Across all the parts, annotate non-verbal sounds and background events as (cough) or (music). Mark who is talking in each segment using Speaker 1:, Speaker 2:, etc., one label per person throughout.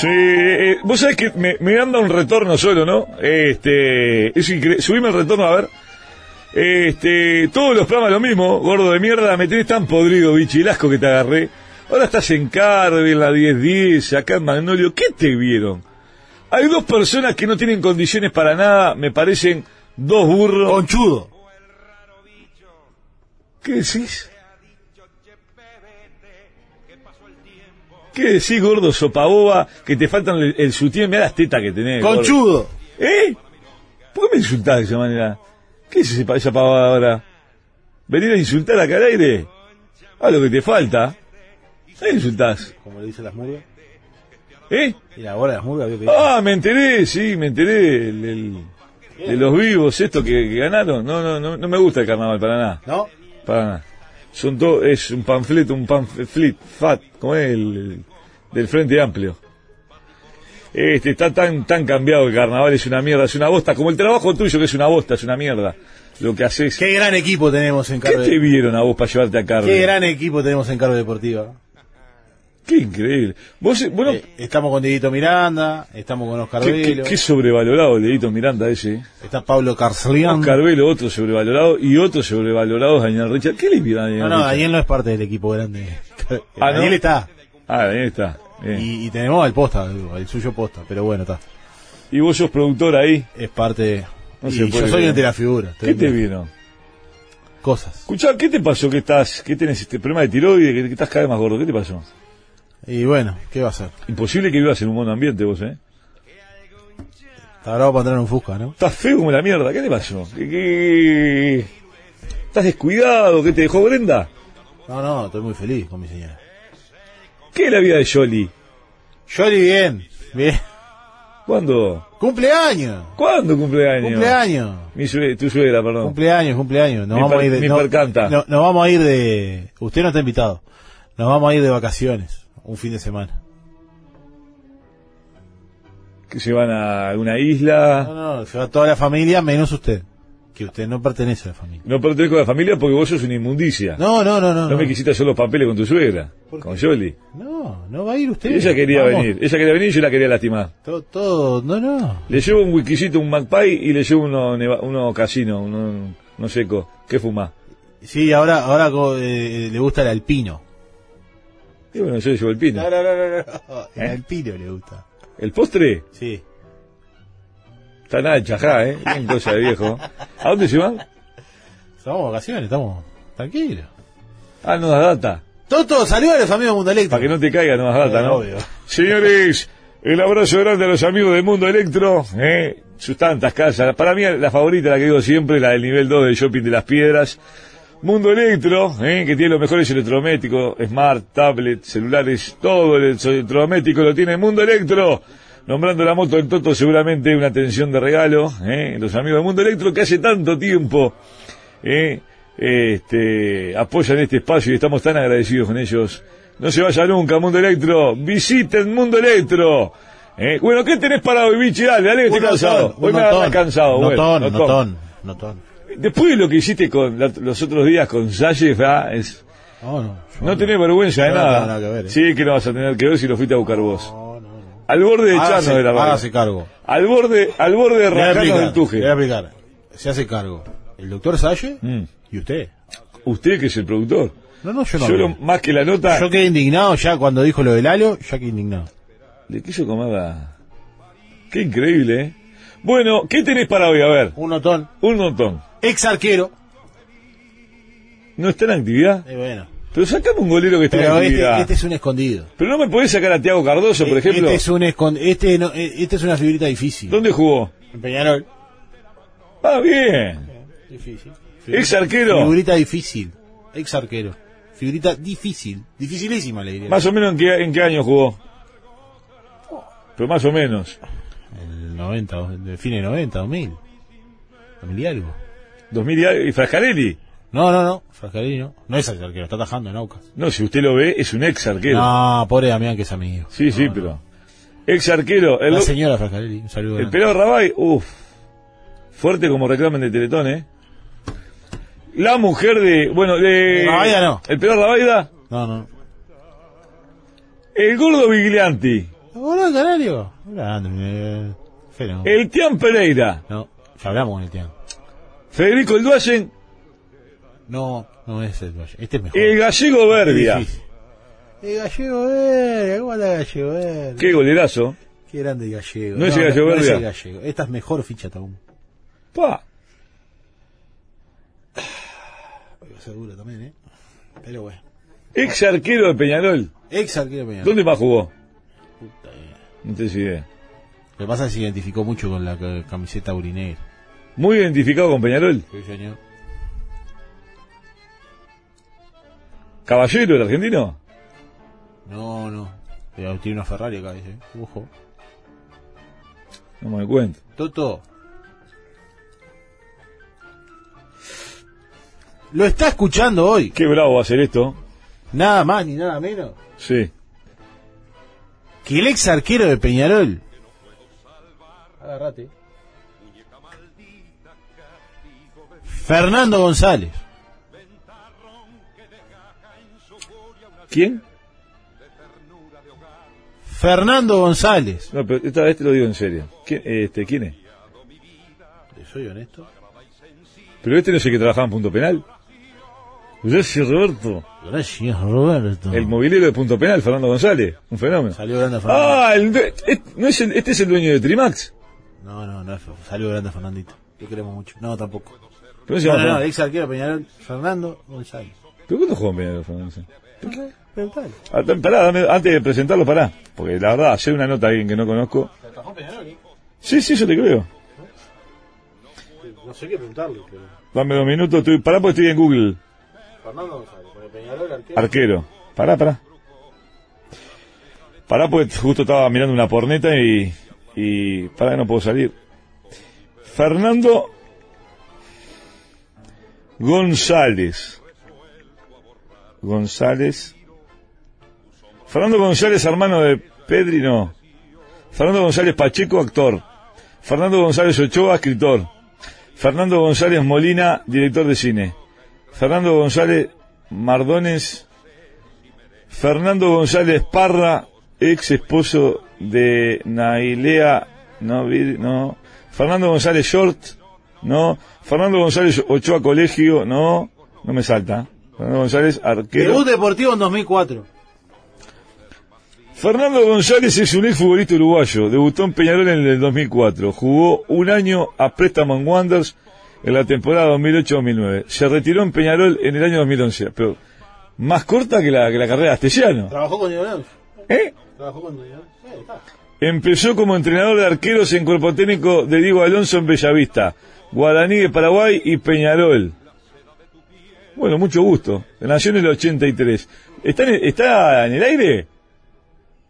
Speaker 1: Sí, eh, vos sabés que me, me anda un retorno solo, ¿no? Este, es increíble. Subime el retorno, a ver. Este, todos los programas lo mismo, gordo de mierda, me tenés tan podrido, bichi, el asco que te agarré. Ahora estás en Carve, en la 1010, acá en Magnolio, ¿qué te vieron? Hay dos personas que no tienen condiciones para nada, me parecen dos burros.
Speaker 2: Conchudo.
Speaker 1: ¿Qué decís? ¿Qué decís, gordo sopaboba, que te faltan el, el sutién? Mirá las tetas que tenés. gordo.
Speaker 2: Conchudo.
Speaker 1: ¿Eh? ¿Por qué me insultás de esa manera? ¿Qué es ese pa- esa pavada ahora? ¿Venir a insultar acá al aire? A lo que te falta. ¿Qué insultás?
Speaker 2: Como le dicen las murgas.
Speaker 1: ¿Eh?
Speaker 2: Y ahora las murgas, vio que.
Speaker 1: Ah, me enteré, sí, me enteré. el- el- de los vivos, esto que, que ganaron. No, no, no, no me gusta el carnaval para nada.
Speaker 2: ¿No?
Speaker 1: Para nada. Son dos, es un panfleto, un panflet, fat, como es el, el- del Frente Amplio. Este, está tan, tan cambiado el carnaval, es una mierda, es una bosta, como el trabajo tuyo que es una bosta, es una mierda. Lo que haces. ¿Qué,
Speaker 2: Qué gran equipo tenemos en Carve.
Speaker 1: te vieron a vos para llevarte a Carmen?
Speaker 2: Qué gran equipo tenemos en Carve Deportiva.
Speaker 1: Qué increíble. Vos, bueno,
Speaker 2: Eh, estamos con Dieguito Miranda, estamos con Oscar
Speaker 1: qué, qué-
Speaker 2: Velo,
Speaker 1: qué sobrevalorado el dedito Miranda ese. eh.
Speaker 2: está Pablo Carcelián.
Speaker 1: Carvelo, otro sobrevalorado, y otro sobrevalorado es Daniel Richard. ¿Qué le pide a Daniel
Speaker 2: No, no,
Speaker 1: Richard?
Speaker 2: Daniel no es parte del equipo grande.
Speaker 1: (laughs) Ah, ¿no?
Speaker 2: Daniel está.
Speaker 1: Ah, Daniel está. bien.
Speaker 2: Y, y tenemos al posta, digo, el suyo posta, pero bueno, está.
Speaker 1: Y, vos sos productor ahí.
Speaker 2: Es parte.
Speaker 1: No
Speaker 2: y
Speaker 1: se puede
Speaker 2: yo soy
Speaker 1: creer.
Speaker 2: entre las figuras.
Speaker 1: ¿Qué te
Speaker 2: vi?
Speaker 1: vieron?
Speaker 2: Cosas.
Speaker 1: Escuchá, ¿qué te pasó que estás, que tenés este problema de tiroides, que, que estás cada vez más gordo? ¿Qué te pasó?
Speaker 2: Y bueno, ¿qué va a ser?
Speaker 1: Imposible que vivas en un buen ambiente vos, ¿eh?
Speaker 2: Está bravo para entrar en un Fusca, ¿no?
Speaker 1: Estás feo como la mierda, ¿qué te pasó? ¿Qué, qué- estás descuidado? ¿Qué te dejó Brenda?
Speaker 2: No, no, estoy muy feliz con mi señora.
Speaker 1: ¿Qué es la vida de Jolie?
Speaker 2: Yoli, bien. Bien.
Speaker 1: ¿Cuándo?
Speaker 2: ¡Cumpleaños!
Speaker 1: ¿Cuándo cumpleaños?
Speaker 2: ¡Cumpleaños!
Speaker 1: Mi sue- tu suegra, perdón.
Speaker 2: Cumpleaños, cumpleaños. Nos
Speaker 1: Mi
Speaker 2: vamos
Speaker 1: per-
Speaker 2: a ir de,
Speaker 1: mi
Speaker 2: no,
Speaker 1: percanta.
Speaker 2: no- nos vamos a ir de. Usted no está invitado. Nos vamos a ir de vacaciones. Un fin de semana.
Speaker 1: que se van a una
Speaker 2: No,
Speaker 1: isla.
Speaker 2: no, se va toda la familia menos usted. Que usted no pertenece a la familia.
Speaker 1: No pertenezco a la familia porque vos sos una inmundicia. No,
Speaker 2: No, no, no, no.
Speaker 1: me quisiste hacer los papeles con tu suegra,
Speaker 2: ¿Por qué?
Speaker 1: con Jolie.
Speaker 2: No, no va a ir usted.
Speaker 1: Ella quería
Speaker 2: Vamos.
Speaker 1: venir, ella quería venir y yo la quería lastimar.
Speaker 2: Todo, todo, no, no.
Speaker 1: Le llevo un whiskycito, un magpie y le llevo uno, neva- uno casino, uno, uno seco. ¿Qué fumás?
Speaker 2: Sí, ahora, ahora co- eh, le gusta el alpino.
Speaker 1: Y bueno, yo le llevo el pino.
Speaker 2: No, no, no, no, no. El
Speaker 1: ¿Eh?
Speaker 2: alpino le gusta.
Speaker 1: ¿El postre?
Speaker 2: Sí.
Speaker 1: Está nada de chajá, ¿eh? Bien cosa de viejo. ¿A dónde se van?
Speaker 2: Estamos de vacaciones, estamos tranquilos.
Speaker 1: Ah, no das data.
Speaker 2: Toto, salió a los amigos de Mundo Eléctrico.
Speaker 1: Para que no te caiga, no das data, ¿no?
Speaker 2: Obvio.
Speaker 1: Señores, el abrazo grande a los amigos del Mundo Electro, ¿eh? sus tantas casas. Para mí la favorita, la que digo siempre, la del nivel 2 de Shopping de las Piedras. Mundo Electro, ¿eh? que tiene los mejores electrodomésticos, smart, tablet, celulares, todo el electrodoméstico lo tiene Mundo Electro. Nombrando la moto del Toto seguramente una atención de regalo, ¿eh? los amigos de Mundo Electro que hace tanto tiempo ¿eh? este, apoyan este espacio y estamos tan agradecidos con ellos. No se vaya nunca, Mundo Electro. Visiten Mundo Electro. ¿eh? Bueno, ¿qué tenés para hoy, bichi? Dale, dale, que estoy
Speaker 2: Un notón,
Speaker 1: cansado.
Speaker 2: un
Speaker 1: Hoy me agarra
Speaker 2: notón.
Speaker 1: cansado. bueno,
Speaker 2: Notón,
Speaker 1: notón.
Speaker 2: notón, notón.
Speaker 1: Después de lo que hiciste con la- los otros días con Salles, ¿verdad? Es-
Speaker 2: No, no. yo
Speaker 1: no tenés vergüenza de
Speaker 2: No, no,
Speaker 1: nada.
Speaker 2: nada que ver, ¿eh?
Speaker 1: Sí, que no vas a tener que ver si lo fuiste a buscar vos.
Speaker 2: No, no, no.
Speaker 1: Al borde de
Speaker 2: Ah,
Speaker 1: Chano de la barra.
Speaker 2: hágase cargo.
Speaker 1: Al borde, al borde de
Speaker 2: Le voy a
Speaker 1: Rajanos
Speaker 2: explicar,
Speaker 1: del Tuje.
Speaker 2: le voy a explicar. Se hace cargo. El doctor Salle
Speaker 1: Mm.
Speaker 2: y usted.
Speaker 1: Usted que es el productor.
Speaker 2: No, no, yo no.
Speaker 1: Yo lo-
Speaker 2: hablé.
Speaker 1: más que la nota,
Speaker 2: Yo quedé indignado ya cuando dijo lo del Lalo, ya quedé indignado.
Speaker 1: le quiso comer a... Qué increíble, ¿eh? Bueno, ¿qué tenés para hoy? A ver,
Speaker 2: Un notón.
Speaker 1: un montón.
Speaker 2: Ex arquero.
Speaker 1: ¿No está en actividad?
Speaker 2: Eh, bueno.
Speaker 1: Pero sacame un golero que esté en
Speaker 2: Pero
Speaker 1: actividad.
Speaker 2: este, este es un escondido.
Speaker 1: Pero no me podés sacar a Tiago Cardoso, por
Speaker 2: Este-
Speaker 1: ejemplo.
Speaker 2: Este es, un escon- este, no- eh, este es una figurita difícil.
Speaker 1: ¿Dónde jugó?
Speaker 2: En Peñarol.
Speaker 1: Ah, bien.
Speaker 2: Difícil.
Speaker 1: Ex arquero.
Speaker 2: Figurita difícil. Ex arquero. Figurita difícil. Dificilísima, le diría.
Speaker 1: Más o menos en qué, en qué año jugó. Pero más o menos.
Speaker 2: El 90, o- de fines de 90, 2000. 2000 y algo.
Speaker 1: 2000 y algo. y Frascarelli.
Speaker 2: No, no, no. Frascarelli no. No es el arquero, está tajando en Aucas.
Speaker 1: No, si usted lo ve, es un ex arquero.
Speaker 2: No, pobre Damián que es amigo.
Speaker 1: sí, sí, pero. Ex arquero. El,
Speaker 2: La señora Frascarelli, un saludo.
Speaker 1: el
Speaker 2: grande.
Speaker 1: pelado Rabay, uff. Fuerte como reclamen de Teletón, ¿eh? La mujer de. Bueno, de.
Speaker 2: De Rabaida no.
Speaker 1: El pelado Rabaida.
Speaker 2: No, no.
Speaker 1: El gordo Viglianti.
Speaker 2: No, Hola, Canario. Grande, eh, fenómeno.
Speaker 1: El Tian Pereira,
Speaker 2: No, ya hablamos con el Tian.
Speaker 1: Federico el Duacen,
Speaker 2: No, no es el Valle. Este es mejor.
Speaker 1: el gallego Verbia.
Speaker 2: difícil. El gallego Verde, ¿cómo anda el gallego Verde?
Speaker 1: Qué golerazo.
Speaker 2: Qué grande el gallego.
Speaker 1: ¿No es el gallego
Speaker 2: no es
Speaker 1: Verde?
Speaker 2: el gallego. Esta es mejor ficha aún.
Speaker 1: Pa.
Speaker 2: Va a ser dura también, ¿eh? Pero bueno.
Speaker 1: Ex arquero de Peñarol.
Speaker 2: Ex arquero Peñarol.
Speaker 1: ¿Dónde más jugó?
Speaker 2: Puta idea.
Speaker 1: No tenés idea.
Speaker 2: Lo que pasa es que se identificó mucho con la ca- camiseta urinegra.
Speaker 1: Muy identificado con Peñarol.
Speaker 2: Sí, señor.
Speaker 1: Caballero, el argentino.
Speaker 2: No, no. Pero tiene una Ferrari acá, dice. Ojo.
Speaker 1: No me cuento.
Speaker 2: Toto. Lo está escuchando hoy.
Speaker 1: Qué bravo va a ser esto.
Speaker 2: Nada más ni nada menos.
Speaker 1: Sí.
Speaker 2: que el ex arquero de Peñarol. Agarrate. Fernando González.
Speaker 1: ¿Quién?
Speaker 2: Fernando González.
Speaker 1: No, pero esta vez te lo digo en serio. ¿Quién, este, ¿quién es?
Speaker 2: Soy honesto.
Speaker 1: Pero este no es el que trabajaba en Punto Penal. Gracias, Roberto.
Speaker 2: Gracias, Roberto.
Speaker 1: El movilero de Punto Penal, Fernando González. Un fenómeno.
Speaker 2: Salió grande Fernando.
Speaker 1: Ah, el due- et- no es el- este es el dueño de Trimax.
Speaker 2: No, no, no. Salió grande Fernandito. Lo queremos mucho. No, tampoco.
Speaker 1: ¿Cómo se
Speaker 2: No,
Speaker 1: llama?
Speaker 2: no, no.
Speaker 1: Fernando?
Speaker 2: El ex arquero de Peñarol. Fernando González.
Speaker 1: ¿Pero cuándo jugó en Peñarol, Fernando González?
Speaker 2: Preguntale.
Speaker 1: Ah, tam- Pará, dame- antes de presentarlo, pará. Porque la verdad, hacer una nota a alguien que no conozco.
Speaker 2: ¿eh?
Speaker 1: Sí, sí, yo te creo.
Speaker 2: No sé qué preguntarle, pero...
Speaker 1: Dame dos minutos, estoy, pará porque estoy en Google.
Speaker 2: Fernando González, porque Peñarol arquero...
Speaker 1: Arquero. Pará, pará. Pará porque justo estaba mirando una porneta y. Y. Pará que no puedo salir. Fernando. González. González. Fernando González, hermano de Pedri, no. Fernando González Pacheco, actor. Fernando González Ochoa, escritor. Fernando González Molina, director de cine. Fernando González Mardones. Fernando González Parra, ex esposo de Nailea. No, vi- no. Fernando González Short. No. Fernando González Ochoa Colegio. No. No me salta. Fernando González Arquero.
Speaker 2: Debut deportivo en 2004.
Speaker 1: Fernando González es un exfutbolista uruguayo. Debutó en Peñarol en el 2004. Jugó un año a préstamo en Wanderers en la temporada 2008-2009. Se retiró en Peñarol en el año 2011. Pero más corta que la, que la carrera de Castellano.
Speaker 2: Trabajó con Diego
Speaker 1: ¿eh?
Speaker 2: Trabajó con Diego Ahí está.
Speaker 1: Empezó como entrenador de arqueros en cuerpo técnico de Diego Alonso en Bellavista, Guaraní de Paraguay y Peñarol. Bueno, mucho gusto. Nació en el 83. ¿Está en, está en el aire?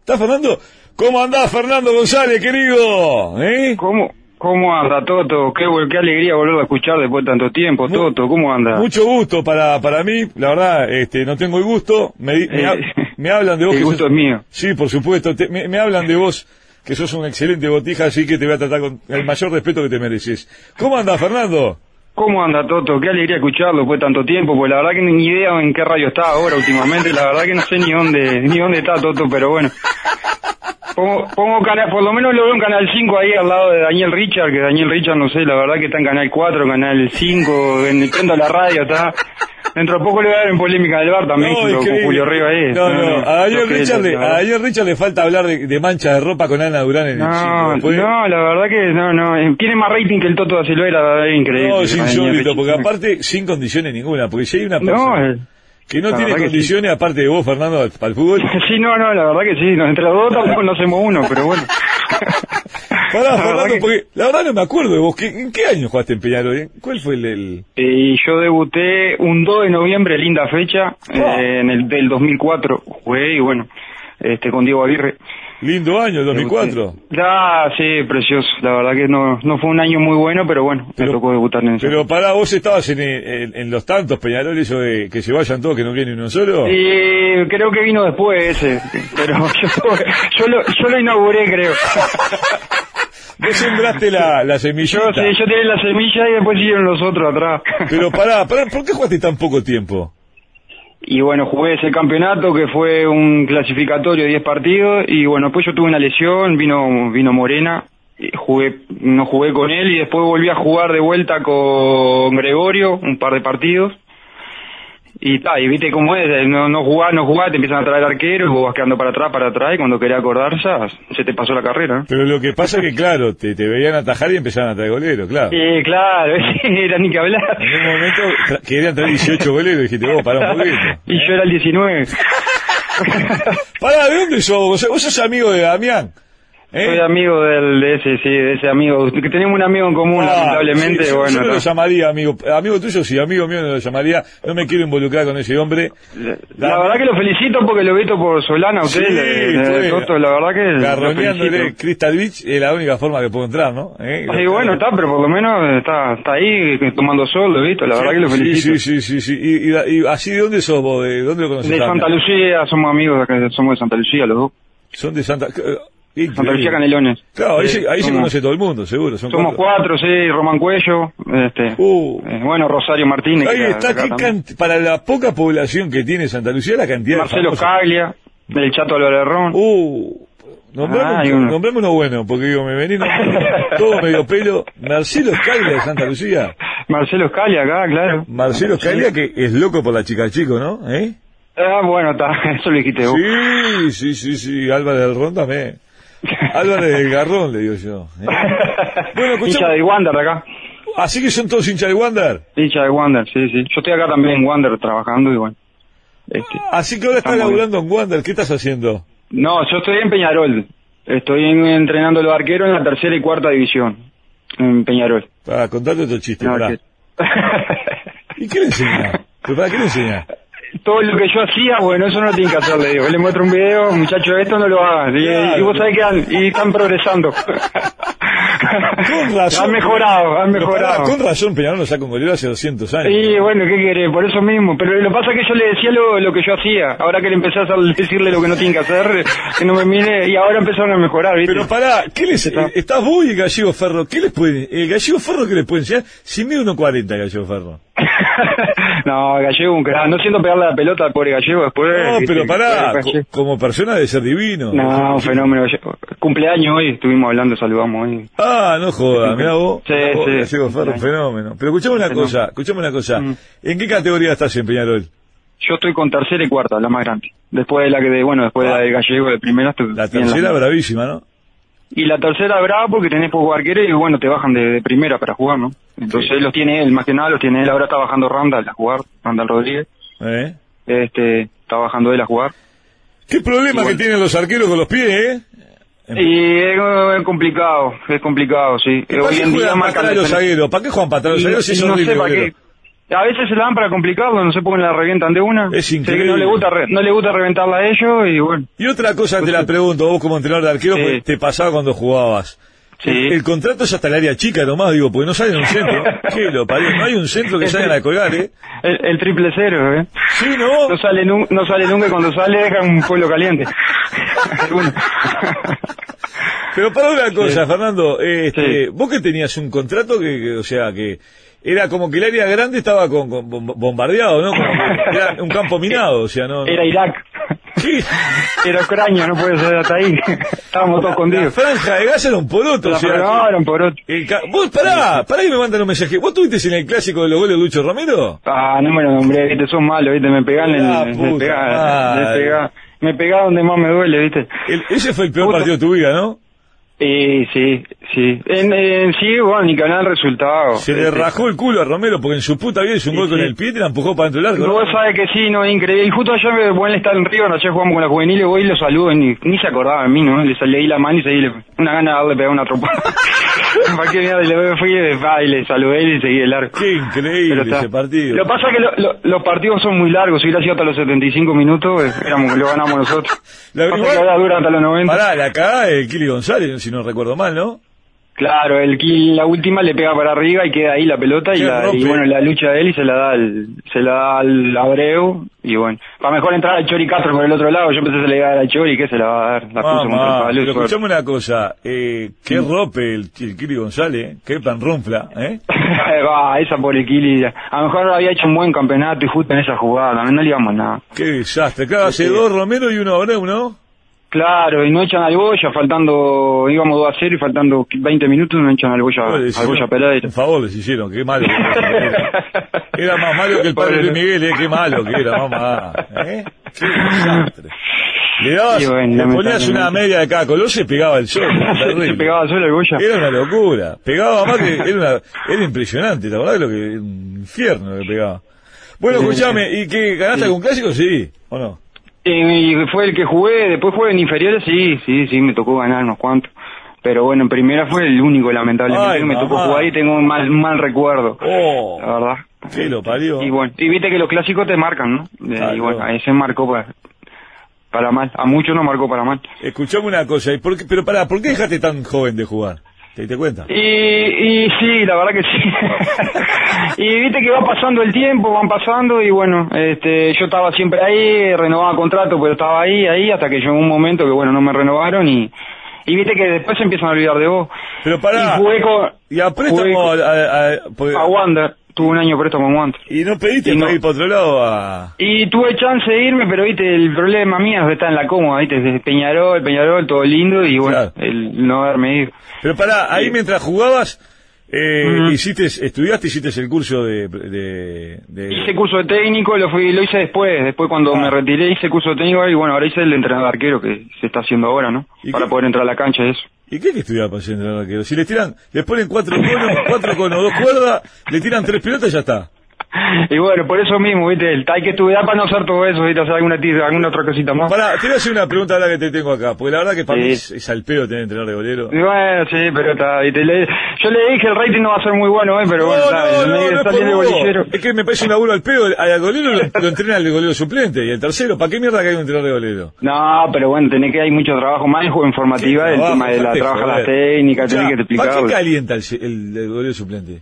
Speaker 1: ¿Está Fernando? ¿Cómo andás, Fernando González, querido? ¿Eh?
Speaker 3: ¿Cómo, ¿Cómo anda, Toto? Qué, vol- qué alegría volverlo a escuchar después de tanto tiempo,
Speaker 1: Mu-
Speaker 3: Toto. ¿Cómo anda?
Speaker 1: Mucho gusto para, para mí. La verdad, este, no tengo el gusto. Me, di- me, ha-
Speaker 3: Eh,
Speaker 1: me hablan de vos.
Speaker 3: el
Speaker 1: que
Speaker 3: gusto
Speaker 1: sos-
Speaker 3: es mío.
Speaker 1: Sí, por supuesto. Te- me, me hablan de vos, que sos un excelente botija, así que te voy a tratar con el mayor respeto que te mereces. ¿Cómo andás, Fernando?
Speaker 3: ¿Cómo anda, Toto? Qué alegría escucharlo después de tanto tiempo, pues la verdad que ni idea en qué radio está ahora últimamente. La verdad que no sé ni dónde ni dónde está, Toto, pero bueno. Pongo, pongo canal, por lo menos lo veo en Canal 5 ahí al lado de Daniel Richard, que Daniel Richard, no sé, la verdad que está en Canal 4, Canal 5, en, prendo la radio, está... Dentro de poco le voy a dar en polémica del bar también,
Speaker 1: No,
Speaker 3: junto con
Speaker 1: increíble.
Speaker 3: Julio Rivas ahí.
Speaker 1: No, no, a Daniel,
Speaker 3: no,
Speaker 1: Richard, le,
Speaker 3: la
Speaker 1: a
Speaker 3: verdad.
Speaker 1: Daniel Richard le falta hablar de, de manchas de ropa con Ana Durán en el
Speaker 3: No,
Speaker 1: cine. ¿Puede?
Speaker 3: no, la verdad que no, no. eh, Tiene más rating que el Toto da Silveira, la verdad es increíble.
Speaker 1: No, es
Speaker 3: Madre
Speaker 1: insólito,
Speaker 3: mía,
Speaker 1: porque aparte, sin condiciones ninguna, porque si hay una
Speaker 3: No,
Speaker 1: persona
Speaker 3: eh,
Speaker 1: que no
Speaker 3: la
Speaker 1: tiene
Speaker 3: verdad que sí.
Speaker 1: condiciones, aparte de vos, Fernando, al- para el fútbol,
Speaker 3: sí, no, no, la verdad que sí. Nos, entre los dos tampoco nos hacemos uno,
Speaker 1: (laughs)
Speaker 3: pero bueno.
Speaker 1: Pará,
Speaker 3: La
Speaker 1: Fernando,
Speaker 3: verdad que-
Speaker 1: porque la verdad no me acuerdo de vos. ¿Qué- ¿En qué año jugaste en Peñarol? eh? ¿Cuál fue el...? el-
Speaker 3: Eh, Y yo debuté un 2 de noviembre, linda fecha,
Speaker 1: Ah.
Speaker 3: eh, en el del 2004. Jugué y bueno, este con Diego Aguirre.
Speaker 1: Lindo año, el 2004.
Speaker 3: Ya, sí, precioso. La verdad que no, no fue un año muy bueno, pero bueno,
Speaker 1: Pero-
Speaker 3: me tocó debutar en eso.
Speaker 1: Pero pará, vos estabas en, en- en los tantos Peñarol, eso de que se vayan todos, que no viene uno solo.
Speaker 3: Y creo que vino después ese, pero (laughs) yo, yo, lo, yo lo inauguré, creo.
Speaker 1: Vos sembraste la, la
Speaker 3: Yo,
Speaker 1: semillita.
Speaker 3: sí, yo tiré la semilla y después siguieron los otros atrás.
Speaker 1: Pero pará, pará, ¿por qué jugaste tan poco tiempo?
Speaker 3: y bueno, jugué ese campeonato que fue un clasificatorio de 10 partidos y bueno, después yo tuve una lesión, vino vino Morena, y jugué no jugué con él y después volví a jugar de vuelta con Gregorio un par de partidos. Y ta, y viste cómo es, eh, no, no jugás, no jugás, te empiezan a traer arqueros, vos vas quedando para atrás, para atrás, y cuando querés acordar ya se te pasó la carrera.
Speaker 1: Pero lo que pasa es que, claro, te, te veían atajar y empezaban a traer goleros, claro.
Speaker 3: Sí, claro, (laughs) era ni que hablar.
Speaker 1: En un momento tra- querían traer 18 goleros y dijiste, vos, pará un poquito.
Speaker 3: (laughs) Y yo era el 19.
Speaker 1: Pará, ¿de dónde sos vos? ¿Vos sos amigo de Damián? ¿Eh?
Speaker 3: Soy amigo del, de ese, sí, de ese amigo. Que tenemos un amigo en común,
Speaker 1: Ah,
Speaker 3: lamentablemente,
Speaker 1: sí, yo-
Speaker 3: bueno.
Speaker 1: Yo no
Speaker 3: no.
Speaker 1: lo llamaría amigo. Amigo tuyo, sí, amigo mío no lo llamaría. No me quiero involucrar con ese hombre.
Speaker 3: La, verdad que lo felicito porque lo he visto por Solana,
Speaker 1: Sí,
Speaker 3: ustedes, le- le-
Speaker 1: fue-
Speaker 3: Toto, la verdad que lo
Speaker 1: Garroneándole
Speaker 3: felicito.
Speaker 1: Crystal Beach es la única forma que puedo entrar, ¿no? ¿Eh?
Speaker 3: Sí, bueno, está, pero por lo menos está, está ahí eh, tomando sol, lo he visto, la verdad que lo
Speaker 1: Sí,
Speaker 3: felicito.
Speaker 1: sí, sí, sí, sí. ¿Y, y- y así de dónde sos vos? ¿De dónde lo conocés?
Speaker 3: De
Speaker 1: Damián?
Speaker 3: Santa Lucía, somos amigos, de acá, somos de Santa Lucía los dos.
Speaker 1: Son de Santa... eh,
Speaker 3: Santa Lucía Canelones.
Speaker 1: Claro, ahí,
Speaker 3: Sí,
Speaker 1: se, ahí se
Speaker 3: somos-
Speaker 1: conoce todo el mundo, seguro. Son
Speaker 3: Somos cuatro, sí, Román Cuello, este,
Speaker 1: Uh.
Speaker 3: eh, bueno, Rosario Martínez.
Speaker 1: Ahí
Speaker 3: que era
Speaker 1: está,
Speaker 3: acá
Speaker 1: qué
Speaker 3: también.
Speaker 1: canti- para la poca población que tiene Santa Lucía, la cantidad
Speaker 3: Marcelo
Speaker 1: de famosos.
Speaker 3: Caglia, del Chato Alvarerrón.
Speaker 1: Uh, nombrame,
Speaker 3: Ah,
Speaker 1: un-
Speaker 3: hay uno.
Speaker 1: nombrame uno bueno, porque digo, me venís
Speaker 3: (laughs)
Speaker 1: nombrando todo medio pelo. Marcelo Escalia de Santa Lucía.
Speaker 3: Marcelo Caglia acá,
Speaker 1: Eh,
Speaker 3: claro.
Speaker 1: Marcelo Escalia que es loco por la chica chico, ¿no? ¿Eh?
Speaker 3: Ah, bueno, está, (laughs) eso lo dijiste vos.
Speaker 1: Sí, (laughs) sí, sí, sí, Álvarez del Ron también. Álvarez del Garrón, le digo yo. ¿eh?
Speaker 3: (laughs)
Speaker 1: Bueno,
Speaker 3: Hincha
Speaker 1: escuchame,
Speaker 3: de Wander acá.
Speaker 1: así que son todos hinchas de Wander.
Speaker 3: Hincha de Wander, sí, sí. Yo estoy acá también en Wander trabajando y bueno. Este,
Speaker 1: Así que ahora estás
Speaker 3: Estamos bien.
Speaker 1: laburando en Wander, ¿qué estás haciendo?
Speaker 3: No, yo estoy en Peñarol. Estoy en- entrenando a los arqueros en la tercera y cuarta división. En Peñarol.
Speaker 1: Para contarte otro chiste,
Speaker 3: No,
Speaker 1: pará.
Speaker 3: que-
Speaker 1: (laughs)
Speaker 3: (laughs)
Speaker 1: ¿Y qué le enseñás? ¿Pero para qué le enseñás?
Speaker 3: Todo lo que yo hacía, bueno, eso no tiene que hacer, le digo. Le muestro un video, muchacho, esto no lo hagas. Y,
Speaker 1: Claro.
Speaker 3: y vos sabés que han- y están progresando.
Speaker 1: Con razón.
Speaker 3: Han mejorado, han
Speaker 1: Pero pará,
Speaker 3: mejorado.
Speaker 1: Con razón, Peñarol no saca un golero hace 200 años.
Speaker 3: Y bueno, ¿qué querés? Por eso mismo. Pero lo que pasa es que yo le decía lo, lo que yo hacía. Ahora que le empecé a hacer- decirle lo que no tiene que hacer, que no me mire, y ahora empezaron a mejorar, ¿viste?
Speaker 1: Pero pará, ¿qué les,
Speaker 3: Está.
Speaker 1: eh, estás vos y el gallego Ferro, ¿qué les puede, el gallego Ferro qué les puede enseñar? Si mide 1.40 el gallego Ferro.
Speaker 3: (laughs) no, Gallego, un crack. No siento pegarle la pelota al pobre Gallego después.
Speaker 1: No,
Speaker 3: ¿viste?
Speaker 1: pero pará,
Speaker 3: Pobre
Speaker 1: co-
Speaker 3: Gallego.
Speaker 1: como persona debe ser divino.
Speaker 3: No, un fenómeno. Gallego. Cumpleaños hoy, estuvimos hablando, saludamos hoy.
Speaker 1: Ah, no jodas, mirá vos.
Speaker 3: Sí,
Speaker 1: mirá vos,
Speaker 3: sí.
Speaker 1: Gallego Ferro, un fenómeno. Pero escuchame una
Speaker 3: Fenómeno.
Speaker 1: cosa, escuchame una cosa.
Speaker 3: Mm.
Speaker 1: ¿En qué categoría estás en Peñarol?
Speaker 3: Yo estoy con tercera y cuarta, la más grande. Después de la que, de, bueno, después de la del Gallego de primera, estoy
Speaker 1: La
Speaker 3: bien
Speaker 1: tercera bravísima, ¿no?
Speaker 3: Y la tercera brava porque tenés poco arquero y bueno, te bajan de, de primera para jugar, ¿no? Entonces los tiene él, más que nada los tiene él. Ahora está bajando Randall a jugar, Randall Rodríguez.
Speaker 1: ¿Eh?
Speaker 3: Este, está bajando él a jugar.
Speaker 1: ¿Qué problema que
Speaker 3: Igual.
Speaker 1: tienen los arqueros con los pies, eh?
Speaker 3: Y es, eh, complicado, es complicado, sí. Eh,
Speaker 1: ¿Para
Speaker 3: Hoy
Speaker 1: qué
Speaker 3: en día
Speaker 1: juegan para atrás
Speaker 3: marcan la
Speaker 1: los
Speaker 3: diferencia.
Speaker 1: zagueros? ¿Para qué juegan para atrás los
Speaker 3: Y-
Speaker 1: zagueros si
Speaker 3: y
Speaker 1: son
Speaker 3: no sé
Speaker 1: horribles,
Speaker 3: para qué.
Speaker 1: boludo?
Speaker 3: A veces se la dan para complicarlo, no sé por qué la revientan de una.
Speaker 1: Es
Speaker 3: Sé que
Speaker 1: increíble.
Speaker 3: no le gusta, re- no le gusta reventarla a ellos y bueno.
Speaker 1: Y otra cosa te la pregunto, vos como entrenador de arquero,
Speaker 3: Sí.
Speaker 1: porque te pasaba cuando jugabas.
Speaker 3: Sí.
Speaker 1: El, el contrato es hasta el área chica nomás, digo, porque no sale en un
Speaker 3: (laughs)
Speaker 1: centro. ¿Qué lo parió? No hay un centro que salgan a colgar, ¿eh?
Speaker 3: El, el triple cero, ¿eh?
Speaker 1: Sí, ¿no?
Speaker 3: No sale, nu- no sale nunca y cuando sale deja un pueblo caliente. Alguno.
Speaker 1: Pero para una cosa, Fernando, este,
Speaker 3: Sí.
Speaker 1: vos que tenías un contrato que, que, o sea, que era como que el área grande estaba con, con- bom- bombardeado, ¿no? Como que era un campo minado, o sea, ¿no?
Speaker 3: Era Irak.
Speaker 1: Sí.
Speaker 3: Era Ucrania, no puede ser hasta ahí. Estábamos todos
Speaker 1: La
Speaker 3: escondidos.
Speaker 1: franja de gas era un poroto, o
Speaker 3: La
Speaker 1: sea,
Speaker 3: fregaron por otro.
Speaker 1: El ca- Vos, pará, pará que me mandan un mensaje. ¿Vos tuviste en el clásico de los goles de Lucho Romero?
Speaker 3: Ah, no me lo nombré, viste, sos malo, viste, me pegan,
Speaker 1: La
Speaker 3: en- me
Speaker 1: puta
Speaker 3: pegan, me
Speaker 1: madre.
Speaker 3: pegan. Me pegá donde más me duele, viste.
Speaker 1: El- ese fue el peor
Speaker 3: Puta.
Speaker 1: partido de tu vida, ¿no?
Speaker 3: Y sí, sí. En, en sí, bueno, ni canal resultado.
Speaker 1: Se le
Speaker 3: Este,
Speaker 1: rajó el culo a Romero porque en su puta vida hizo un
Speaker 3: Sí,
Speaker 1: gol con
Speaker 3: sí.
Speaker 1: el pie y te la empujó para dentro del arco.
Speaker 3: No, Vos sabés que sí, no, es increíble. Y justo ayer, eh, bueno, él está en Río, ayer jugamos con la juvenil, y voy y lo saludo, y ni, ni se acordaba de mí, ¿no? Le salí la mano y seguí, le- una gana de darle pegar
Speaker 1: (laughs)
Speaker 3: una tropada. Para que mierda, y le fui y, va, y le saludé y le seguí el arco.
Speaker 1: Qué increíble
Speaker 3: Pero está.
Speaker 1: ese partido.
Speaker 3: Lo que pasa es que lo- lo- los partidos son muy largos, si hubiera sido hasta los 75 minutos, eh, éramos, lo ganamos nosotros.
Speaker 1: (laughs) La-
Speaker 3: Pasa
Speaker 1: igual-
Speaker 3: que ahora dura hasta los 90.
Speaker 1: Pará, la cagada de Kili González, si no recuerdo mal, ¿no?
Speaker 3: Claro, el kill, la última le pega para arriba y queda ahí la pelota y,
Speaker 1: Qué
Speaker 3: la- y
Speaker 1: rompe.
Speaker 3: bueno, la lucha de él y se la da al, se la da al Abreu y bueno, para mejor entrar al Chori Castro por el otro lado, yo pensé se le iba a dar al Chori, que se la va a dar, la
Speaker 1: Ah,
Speaker 3: puso contra el
Speaker 1: Mamá,
Speaker 3: palo,
Speaker 1: pero
Speaker 3: fue-
Speaker 1: escuchame una cosa, eh, qué rope el, el Kiri González, eh, qué pan ronfla, ¿eh?
Speaker 3: (laughs) va, esa por el Kili, a lo mejor había hecho un buen campeonato y justo en esa jugada, también no le íbamos nada.
Speaker 1: Qué desastre, claro, hace dos Romero y uno Abreu, ¿no?
Speaker 3: Claro, y no echan al Goya, faltando, íbamos 2 a 0 y faltando 20 minutos no echan al Goya,
Speaker 1: Por
Speaker 3: al Goya Pereira.
Speaker 1: un favor les hicieron, qué
Speaker 3: (laughs)
Speaker 1: malo. Era más malo que el padre de
Speaker 3: Pobre.
Speaker 1: Miguel, ¿eh?
Speaker 3: (laughs)
Speaker 1: qué malo que era, mamá. ¿eh? Qué desastre. Le dabas,
Speaker 3: Y bueno,
Speaker 1: le ponías una
Speaker 3: lamentablemente.
Speaker 1: media de caco, no se pegaba el sol.
Speaker 3: (laughs) Se,
Speaker 1: terrible.
Speaker 3: pegaba solo el Goya.
Speaker 1: Era una locura. Pegaba más que. Era, una- era impresionante, ¿te acordás de lo que. Un infierno lo que pegaba. Bueno, escuchame, ¿y qué? ¿Ganaste algún clásico? Sí, ¿o no?
Speaker 3: Eh, y fue el que jugué, después jugué en inferiores, sí, sí, sí, me tocó ganar unos cuantos. Pero bueno, en primera fue el único, lamentablemente,
Speaker 1: Ay,
Speaker 3: que me tocó
Speaker 1: mamá.
Speaker 3: jugar y tengo un mal, un mal recuerdo, la
Speaker 1: ¡Oh!
Speaker 3: verdad.
Speaker 1: Sí, lo parió.
Speaker 3: Y bueno, y viste que los clásicos te marcan, ¿no? Eh, Y
Speaker 1: Claro.
Speaker 3: bueno, a ese marcó para, para mal, a muchos no marcó para mal.
Speaker 1: Escuchame una cosa, ¿y por qué- pero pará, ¿por qué dejaste tan joven de jugar? ¿Te diste cuenta?
Speaker 3: Y, y sí, la verdad que sí. (laughs) y viste que va pasando el tiempo, van pasando y bueno, este, yo estaba siempre ahí, renovaba contrato, pero estaba ahí, ahí, hasta que llegó un momento que bueno, no me renovaron y, y viste que después se empiezan a olvidar de vos.
Speaker 1: Pero pará.
Speaker 3: Y jugué con,
Speaker 1: Y a
Speaker 3: jugué
Speaker 1: préstamo
Speaker 3: con-
Speaker 1: a- a- a- por-
Speaker 3: a Wander, tuve un año préstamo en Wander.
Speaker 1: y no pediste
Speaker 3: Y no.
Speaker 1: para ir para otro lado a...
Speaker 3: Y tuve chance de irme, pero viste, el problema mío es que está en la cómoda, viste, desde Peñarol, Peñarol, todo lindo y bueno,
Speaker 1: Claro.
Speaker 3: el no haberme ido.
Speaker 1: Pero pará, ahí mientras jugabas, eh,
Speaker 3: Mm.
Speaker 1: hiciste, estudiaste, hiciste el curso de... de, de-
Speaker 3: Hice curso de técnico, lo fui, lo hice después, después cuando
Speaker 1: Ah.
Speaker 3: me retiré hice curso de técnico y bueno, ahora hice el de entrenador arquero que se está haciendo ahora, ¿no?
Speaker 1: ¿Y
Speaker 3: Para
Speaker 1: qué?
Speaker 3: poder entrar a la cancha y eso. (laughs)
Speaker 1: ¿Y qué hay que estudiar para ser entrenador arquero? Si le tiran, le ponen cuatro conos, cuatro conos, dos cuerdas, le tiran tres pelotas y ya está.
Speaker 3: Y bueno, por eso mismo, viste, el, hay que estudiar para no hacer todo eso, viste, hacer alguna, tis- alguna otra cosita más.
Speaker 1: Pará, te voy a hacer una pregunta ahora que te tengo acá, porque la verdad que para
Speaker 3: Sí.
Speaker 1: mí es, es al pedo tener entrenador de golero.
Speaker 3: Y bueno, sí, pero está, viste, le- yo le dije el rating no va a ser muy bueno, ¿eh? pero bueno,
Speaker 1: no,
Speaker 3: está,
Speaker 1: no,
Speaker 3: me-
Speaker 1: no, no es
Speaker 3: está
Speaker 1: por
Speaker 3: bien de
Speaker 1: vos.
Speaker 3: bolillero.
Speaker 1: Es que me parece un laburo al pedo, al golero lo, lo entrena el golero suplente, y el tercero, ¿para qué mierda que hay un entrenador de golero?
Speaker 3: No, pero bueno, tenés que hay mucho trabajo, más en juego informativa, el
Speaker 1: Trabajo,
Speaker 3: tema de la
Speaker 1: dejate
Speaker 3: trabaja las
Speaker 1: joder.
Speaker 3: técnicas,
Speaker 1: Escuchá,
Speaker 3: tenés que
Speaker 1: ¿Para
Speaker 3: explicarlo.
Speaker 1: qué calienta el, el, el golero suplente?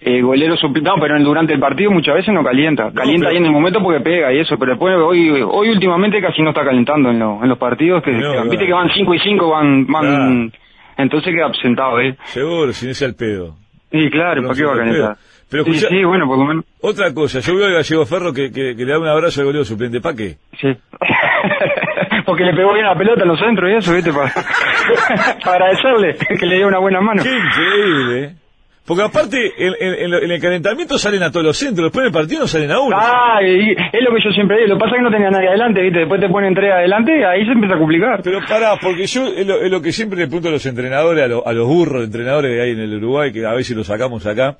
Speaker 3: El golero suple- Eh, no, pero en- durante el partido muchas veces no calienta. Calienta
Speaker 1: pero-
Speaker 3: ahí en el momento porque pega y eso, pero después hoy, hoy últimamente casi no está calentando en, lo- en los partidos que
Speaker 1: No,
Speaker 3: viste
Speaker 1: claro.
Speaker 3: que van 5 y 5 van, van
Speaker 1: Claro.
Speaker 3: entonces queda absentado, eh.
Speaker 1: Seguro, si no es al pedo.
Speaker 3: Y claro,
Speaker 1: No,
Speaker 3: ¿para qué va a
Speaker 1: pero-
Speaker 3: calentar?
Speaker 1: pero
Speaker 3: sí,
Speaker 1: escucha-
Speaker 3: sí, bueno, por lo menos.
Speaker 1: Otra cosa, yo veo al gallego Ferro que, que- que le da un abrazo al golero suplente, ¿para qué?
Speaker 3: Sí. (laughs) porque le pegó bien la pelota en los centros y eso, viste, para, (laughs) para agradecerle que le dio una buena mano.
Speaker 1: Qué increíble, ¿eh? Porque aparte, en, en- en lo- en el calentamiento salen a todos los centros, después en el partido no salen a uno.
Speaker 3: Ah, y- es lo que yo siempre digo. Lo que pasa es que no tenía nadie adelante, ¿viste? Después te ponen tres adelante y ahí se empieza a complicar.
Speaker 1: Pero pará, porque yo es lo, es lo que siempre le pregunto a los entrenadores, a, lo- a los burros entrenadores que hay en el Uruguay, que a veces los sacamos acá,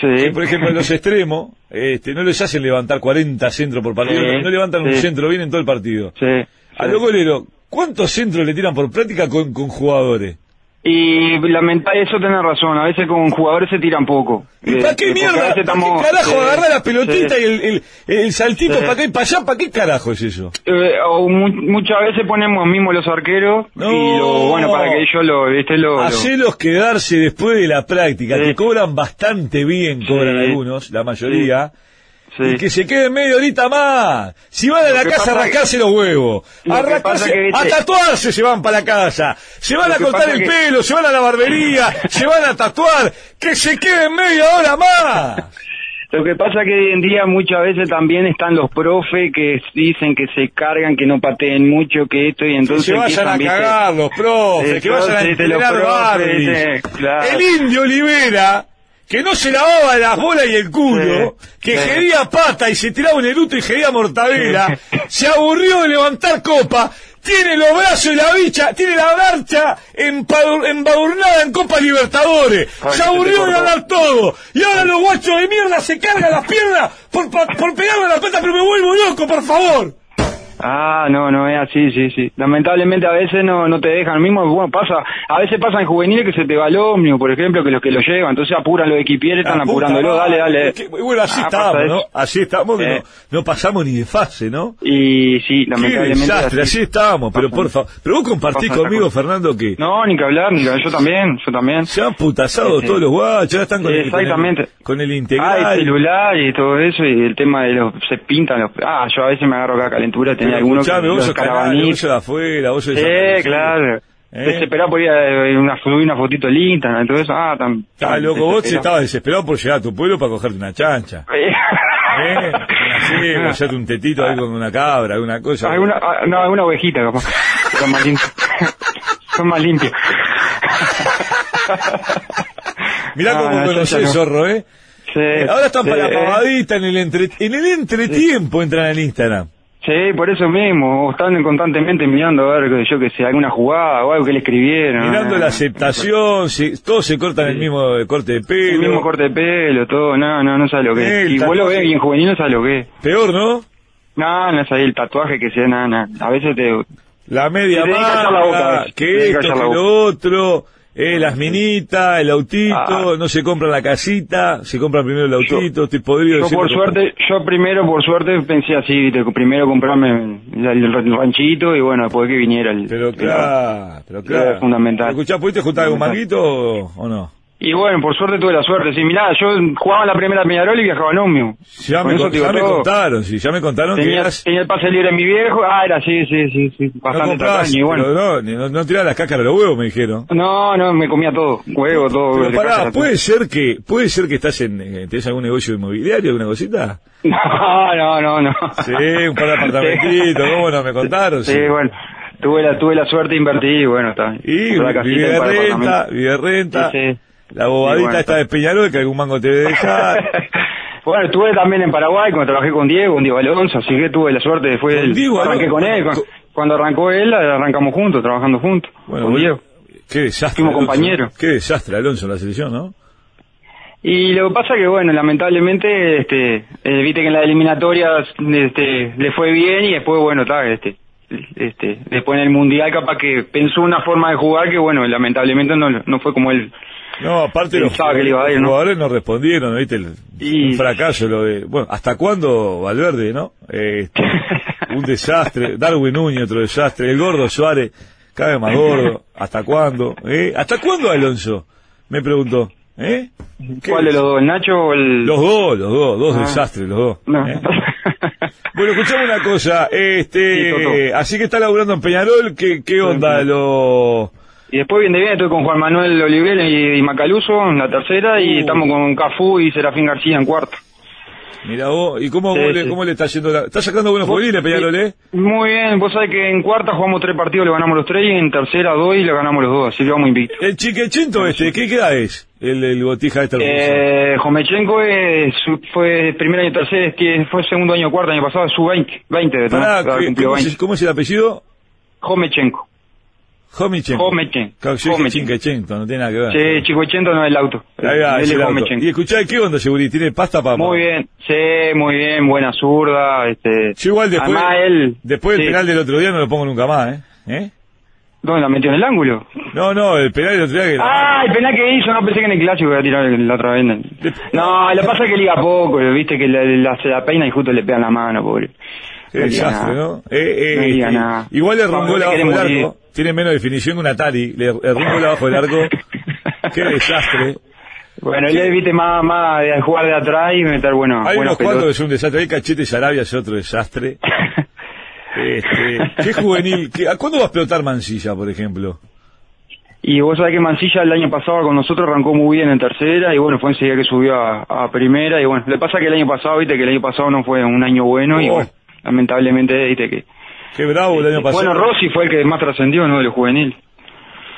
Speaker 3: Sí.
Speaker 1: que por ejemplo en los extremos, este, no les hacen levantar 40 centros por partido,
Speaker 3: Sí,
Speaker 1: no, no levantan un
Speaker 3: sí.
Speaker 1: centro bien en todo el partido.
Speaker 3: Sí.
Speaker 1: A los goleros, ¿cuántos centros le tiran por práctica con, con jugadores?
Speaker 3: Y lamenta eso tenés razón, a veces con jugadores se tiran poco.
Speaker 1: ¿Y
Speaker 3: Eh,
Speaker 1: para qué
Speaker 3: porque a
Speaker 1: mierda?
Speaker 3: veces
Speaker 1: ¿Para qué
Speaker 3: estamos-
Speaker 1: carajo
Speaker 3: eh,
Speaker 1: agarrar la pelotita
Speaker 3: sí.
Speaker 1: y el, el, el saltito
Speaker 3: Sí.
Speaker 1: para acá y para allá? ¿Para qué carajo es eso?
Speaker 3: Eh, o mu- muchas veces ponemos mismo los arqueros
Speaker 1: No.
Speaker 3: y lo, bueno, para que ellos lo, viste, lo... lo-
Speaker 1: Hacelos quedarse después de la práctica,
Speaker 3: Sí.
Speaker 1: que cobran bastante bien, cobran
Speaker 3: Sí.
Speaker 1: algunos, la mayoría,
Speaker 3: sí.
Speaker 1: y que se queden media horita más. Si van a la
Speaker 3: que
Speaker 1: casa
Speaker 3: pasa
Speaker 1: a rascarse los huevos,
Speaker 3: Lo
Speaker 1: a,
Speaker 3: que
Speaker 1: rascarse-
Speaker 3: pasa que, viste-
Speaker 1: a tatuarse se van para la casa, se van
Speaker 3: Lo
Speaker 1: a
Speaker 3: que
Speaker 1: cortar
Speaker 3: pasa
Speaker 1: el
Speaker 3: que-
Speaker 1: pelo, se van a la
Speaker 3: (laughs)
Speaker 1: barbería, se van a tatuar, que se queden media hora más.
Speaker 3: Lo que pasa que hoy en día muchas veces también están los profe que dicen que se cargan, que no pateen mucho, que esto y entonces...
Speaker 1: que se vayan a
Speaker 3: empiezan, ¿viste?
Speaker 1: cagar los profes,
Speaker 3: Sí,
Speaker 1: que vayan a
Speaker 3: sí, te lo
Speaker 1: entrenar
Speaker 3: profe,
Speaker 1: barbies.
Speaker 3: sí, claro.
Speaker 1: El indio Olivera, que no se lavaba las bolas y el culo,
Speaker 3: Sí,
Speaker 1: que
Speaker 3: sí.
Speaker 1: gedía pata y se tiraba un eruto y gedía
Speaker 3: (laughs)
Speaker 1: mortadela, se aburrió de levantar copa, tiene los brazos y la bicha, tiene la marcha empadu- embadurnada en Copa Libertadores,
Speaker 3: Ay,
Speaker 1: se
Speaker 3: que te
Speaker 1: aburrió de
Speaker 3: cortó.
Speaker 1: ganar todo, y ahora los guachos de mierda se cargan las piernas por, pa- por pegarme la pata, pero me vuelvo loco, por favor.
Speaker 3: Ah, no, no es así, sí, sí. Lamentablemente a veces no, no te dejan mismo. Bueno, pasa, a veces pasa en juveniles que se te va el ómnibus, por ejemplo, que los que lo llevan, entonces apuran los equipieres, están
Speaker 1: La Ah, puta
Speaker 3: apurándolo,
Speaker 1: madre,
Speaker 3: dale, dale.
Speaker 1: qué- bueno, así
Speaker 3: Ah, pasa
Speaker 1: estamos,
Speaker 3: eso.
Speaker 1: ¿no? Así estamos, que
Speaker 3: Eh.
Speaker 1: no, no pasamos ni de fase, ¿no?
Speaker 3: Y sí,
Speaker 1: Qué
Speaker 3: lamentablemente. es
Speaker 1: desastre,
Speaker 3: así.
Speaker 1: así estamos, pero
Speaker 3: Pasa.
Speaker 1: por favor. Pero vos compartís
Speaker 3: Pasa esta
Speaker 1: conmigo,
Speaker 3: cosa.
Speaker 1: Fernando, que
Speaker 3: No, ni que hablar, ni que hablar. Yo también, yo también.
Speaker 1: se han putazado
Speaker 3: Sí, sí.
Speaker 1: todos los guachos, ya están con el-
Speaker 3: Exactamente.
Speaker 1: con el, con el integral.
Speaker 3: Ah, el celular y todo eso, y el tema de los. Se pintan los. Ah, yo a veces me agarro acá calentura, tenía
Speaker 1: Pero
Speaker 3: alguno que.
Speaker 1: escuchame, vos
Speaker 3: los
Speaker 1: sos canal, vos
Speaker 3: carabanitos.
Speaker 1: sos de afuera, vos sos de San
Speaker 3: Sí,
Speaker 1: Francisco.
Speaker 3: claro.
Speaker 1: ¿Eh?
Speaker 3: Desesperado por ir a eh, una, subir una fotito al Instagram, todo eso. Ah, tan.
Speaker 1: Ah,
Speaker 3: tan
Speaker 1: loco, vos
Speaker 3: desesperado.
Speaker 1: estabas desesperado por llegar a tu pueblo para cogerte una chancha.
Speaker 3: (laughs)
Speaker 1: ¿Eh? Sí, para hacerte un tetito ahí con una cabra, alguna cosa.
Speaker 3: alguna, ah, no, alguna ovejita, capaz. Son más limpios. (laughs) Son más limpios.
Speaker 1: Mirá
Speaker 3: Ah,
Speaker 1: cómo
Speaker 3: la
Speaker 1: conocés,
Speaker 3: chancha no.
Speaker 1: zorro, ¿eh?
Speaker 3: Sí,
Speaker 1: Eh, Ahora están
Speaker 3: sí,
Speaker 1: para la
Speaker 3: eh.
Speaker 1: pavadita en el, entre, en el entretiempo, entran al Instagram.
Speaker 3: Sí, por eso mismo, o están constantemente mirando a ver, yo que sé, alguna jugada o algo que le escribieron.
Speaker 1: Mirando
Speaker 3: Eh,
Speaker 1: la aceptación, si- todos se cortan el mismo eh, corte de pelo.
Speaker 3: El mismo corte de pelo, todo, no, no, no sabe lo que es.
Speaker 1: El
Speaker 3: Y vos lo
Speaker 1: tatuaje.
Speaker 3: ves, y en juvenil no sabe lo que es.
Speaker 1: Peor, ¿no?
Speaker 3: No, no sabe el tatuaje que sea, nada, nada. A veces te...
Speaker 1: La media
Speaker 3: Te tenés que callar la boca,
Speaker 1: manga,
Speaker 3: ves. Te
Speaker 1: que
Speaker 3: tenés que
Speaker 1: esto, que
Speaker 3: callar la
Speaker 1: lo otro, eh, las minitas, el autito,
Speaker 3: Ah.
Speaker 1: no se compran la casita, se compran primero el
Speaker 3: Yo-
Speaker 1: autito, estoy podrido.
Speaker 3: Yo
Speaker 1: de
Speaker 3: por
Speaker 1: siempre comprar.
Speaker 3: suerte, yo primero por suerte pensé así, viste, primero comprarme el, el ranchito y bueno, después que viniera el...
Speaker 1: Pero
Speaker 3: el-
Speaker 1: claro, pero claro.
Speaker 3: es fundamental.
Speaker 1: ¿Escuchás, pudiste juntar algún
Speaker 3: Fundamental.
Speaker 1: manguito o, o no?
Speaker 3: Y bueno, por suerte tuve la suerte, sí, mirá, yo jugaba en la primera Peñarol y viajaba en ómnibus.
Speaker 1: Ya,
Speaker 3: Con
Speaker 1: me,
Speaker 3: eso
Speaker 1: con-
Speaker 3: te digo
Speaker 1: ya me
Speaker 3: todo.
Speaker 1: contaron, sí, ya me contaron que
Speaker 3: Tenía,
Speaker 1: eras-
Speaker 3: tenía el pase libre en mi viejo, ah, era así, sí, sí, sí,
Speaker 1: no
Speaker 3: bastante
Speaker 1: comprabas,
Speaker 3: tacaño, y bueno.
Speaker 1: pero no, ni- no, no tirabas las cáscaras de los huevos, me dijeron.
Speaker 3: No, no, me comía todo, huevo, todo.
Speaker 1: Pero
Speaker 3: de
Speaker 1: pará, pues.
Speaker 3: casa, todo. (laughs)
Speaker 1: puede ser que, puede ser que estás en, eh, tenés algún negocio inmobiliario, alguna cosita?
Speaker 3: No, no, no, no.
Speaker 1: Sí, un par de apartamentitos,
Speaker 3: (laughs) Sí.
Speaker 1: ¿cómo no? Me contaron.
Speaker 3: Sí, bueno, tuve la, tuve la suerte de invertir y bueno, está.
Speaker 1: Y
Speaker 3: Compré la casita,
Speaker 1: vive
Speaker 3: un
Speaker 1: de
Speaker 3: par de
Speaker 1: renta,
Speaker 3: apartamentos.
Speaker 1: vive de renta.
Speaker 3: Sí, sí.
Speaker 1: La bobadita
Speaker 3: Sí, bueno,
Speaker 1: está de Peñarol, que algún mango te debe
Speaker 3: (laughs)
Speaker 1: dejar. (laughs)
Speaker 3: bueno, estuve también en Paraguay cuando trabajé con Diego, con Diego Alonso, así que tuve la suerte, de- fue
Speaker 1: ¿Con
Speaker 3: él.
Speaker 1: Diego
Speaker 3: arranqué
Speaker 1: Alonso?
Speaker 3: con él, cu-
Speaker 1: Co-
Speaker 3: cuando, arrancó él, arrancamos juntos, trabajando juntos, con
Speaker 1: vos-
Speaker 3: Diego.
Speaker 1: Qué desastre.
Speaker 3: Fuimos
Speaker 1: Alonso.
Speaker 3: compañeros.
Speaker 1: Qué desastre, Alonso, la selección, ¿no?
Speaker 3: Y lo que pasa que, bueno, lamentablemente, este, eh, viste que en la eliminatoria este, le fue bien y después, bueno, está, este, este, después en el Mundial capaz que pensó una forma de jugar que, bueno, lamentablemente no, no fue como él.
Speaker 1: No, aparte los
Speaker 3: Pensaba que le iba a ir,
Speaker 1: los
Speaker 3: ¿no?
Speaker 1: jugadores no respondieron, ¿viste? El,
Speaker 3: Y-
Speaker 1: Un fracaso lo de... Bueno, ¿hasta cuándo Valverde, no?
Speaker 3: (laughs)
Speaker 1: Este, un desastre. Darwin Núñez, otro desastre. El gordo Suárez, cada vez más gordo. ¿Hasta cuándo? ¿Eh? ¿Hasta cuándo Alonso? Me preguntó. ¿Eh? ¿Qué
Speaker 3: ¿Cuál de los dos, el Nacho o el...?
Speaker 1: Los dos, los dos, dos
Speaker 3: Ah.
Speaker 1: desastres, los dos.
Speaker 3: (laughs) No.
Speaker 1: ¿eh? (laughs) Bueno, escuchame una cosa,
Speaker 3: Sí,
Speaker 1: este,
Speaker 3: Toto.
Speaker 1: así que está laburando en Peñarol, ¿qué, qué onda
Speaker 3: sí.
Speaker 1: lo...?
Speaker 3: y después viene bien, estoy con Juan Manuel Oliver y, y Macaluso en la tercera y
Speaker 1: Uh.
Speaker 3: estamos con Cafú y Serafín García en cuarto.
Speaker 1: Mira vos, ¿y cómo,
Speaker 3: Sí,
Speaker 1: vos le,
Speaker 3: sí.
Speaker 1: cómo le está yendo la...? Está sacando buenos
Speaker 3: Vos-
Speaker 1: juveniles Peñarol, ¿eh?
Speaker 3: Muy bien, vos sabés que en cuarta jugamos tres partidos, le ganamos los tres y en tercera dos y le ganamos los dos, así que vamos invictos.
Speaker 1: El chiquechinto este, ¿qué edad es? El, el botija este hermoso.
Speaker 3: Eh, Jomechenko es- fue primer año, tercer, que fue segundo año, cuarto año pasado, su 20, 20 de
Speaker 1: Pará,
Speaker 3: todo,
Speaker 1: ¿qué-
Speaker 3: cumplió
Speaker 1: ¿cómo, es,
Speaker 3: 20.
Speaker 1: cómo es el apellido?
Speaker 3: Jomechenko.
Speaker 1: Homichenko.
Speaker 3: Homichenko.
Speaker 1: Claro, yo dije
Speaker 3: Homichenko.
Speaker 1: Chiquechinto, no tiene nada que ver.
Speaker 3: Sí, Chicochento no es el auto.
Speaker 1: Ah, Ahí va,
Speaker 3: Él
Speaker 1: es
Speaker 3: es
Speaker 1: el auto.
Speaker 3: Jomechenko.
Speaker 1: Y escuchá, ¿qué onda, Segurí? ¿Tiene pasta para...?
Speaker 3: Muy bien, sí, muy bien, buena zurda, este...
Speaker 1: Yo igual después,
Speaker 3: Además él...
Speaker 1: después del
Speaker 3: sí.
Speaker 1: penal del otro día no lo pongo nunca más, ¿eh? ¿Eh?
Speaker 3: ¿Dónde la metió en el ángulo?
Speaker 1: No, no, el penal del otro día que...
Speaker 3: Ah, el penal que hizo, no pensé que en el clásico iba a tirar el- la otra vez. No, lo pasa que liga poco, viste que la, la- se la peina y justo le pegan la mano, pobre.
Speaker 1: Qué
Speaker 3: No liga
Speaker 1: desastre,
Speaker 3: nada.
Speaker 1: ¿no? Eh, eh,
Speaker 3: No diga
Speaker 1: este,
Speaker 3: nada.
Speaker 1: Igual le
Speaker 3: Vamos,
Speaker 1: errungó
Speaker 3: te
Speaker 1: la abajo
Speaker 3: queremos
Speaker 1: del
Speaker 3: morir.
Speaker 1: arco. Tiene menos definición que un Atari. Le errungó la abajo del arco.
Speaker 3: (laughs)
Speaker 1: Qué desastre.
Speaker 3: Bueno, él es, viste más, más de jugar de atrás y meter Ah, bueno,
Speaker 1: Hay
Speaker 3: buenos
Speaker 1: unos cuantos que
Speaker 3: pelotas.
Speaker 1: son un desastre. Hay Cachete y Arabia es otro
Speaker 3: (laughs)
Speaker 1: desastre. Este, qué juvenil. qué- ¿A cuándo va a explotar Mancilla, por ejemplo?
Speaker 3: Y vos sabés que Mancilla el año pasado con nosotros arrancó muy bien en tercera y bueno, fue enseguida que subió a, a primera y bueno, le pasa que el año pasado, viste que el año pasado no fue un año bueno y
Speaker 1: Oh.
Speaker 3: bueno, lamentablemente, viste que...
Speaker 1: Qué bravo el
Speaker 3: Eh,
Speaker 1: año pasado.
Speaker 3: Bueno, Rossi fue el que más trascendió, ¿no? De los juveniles.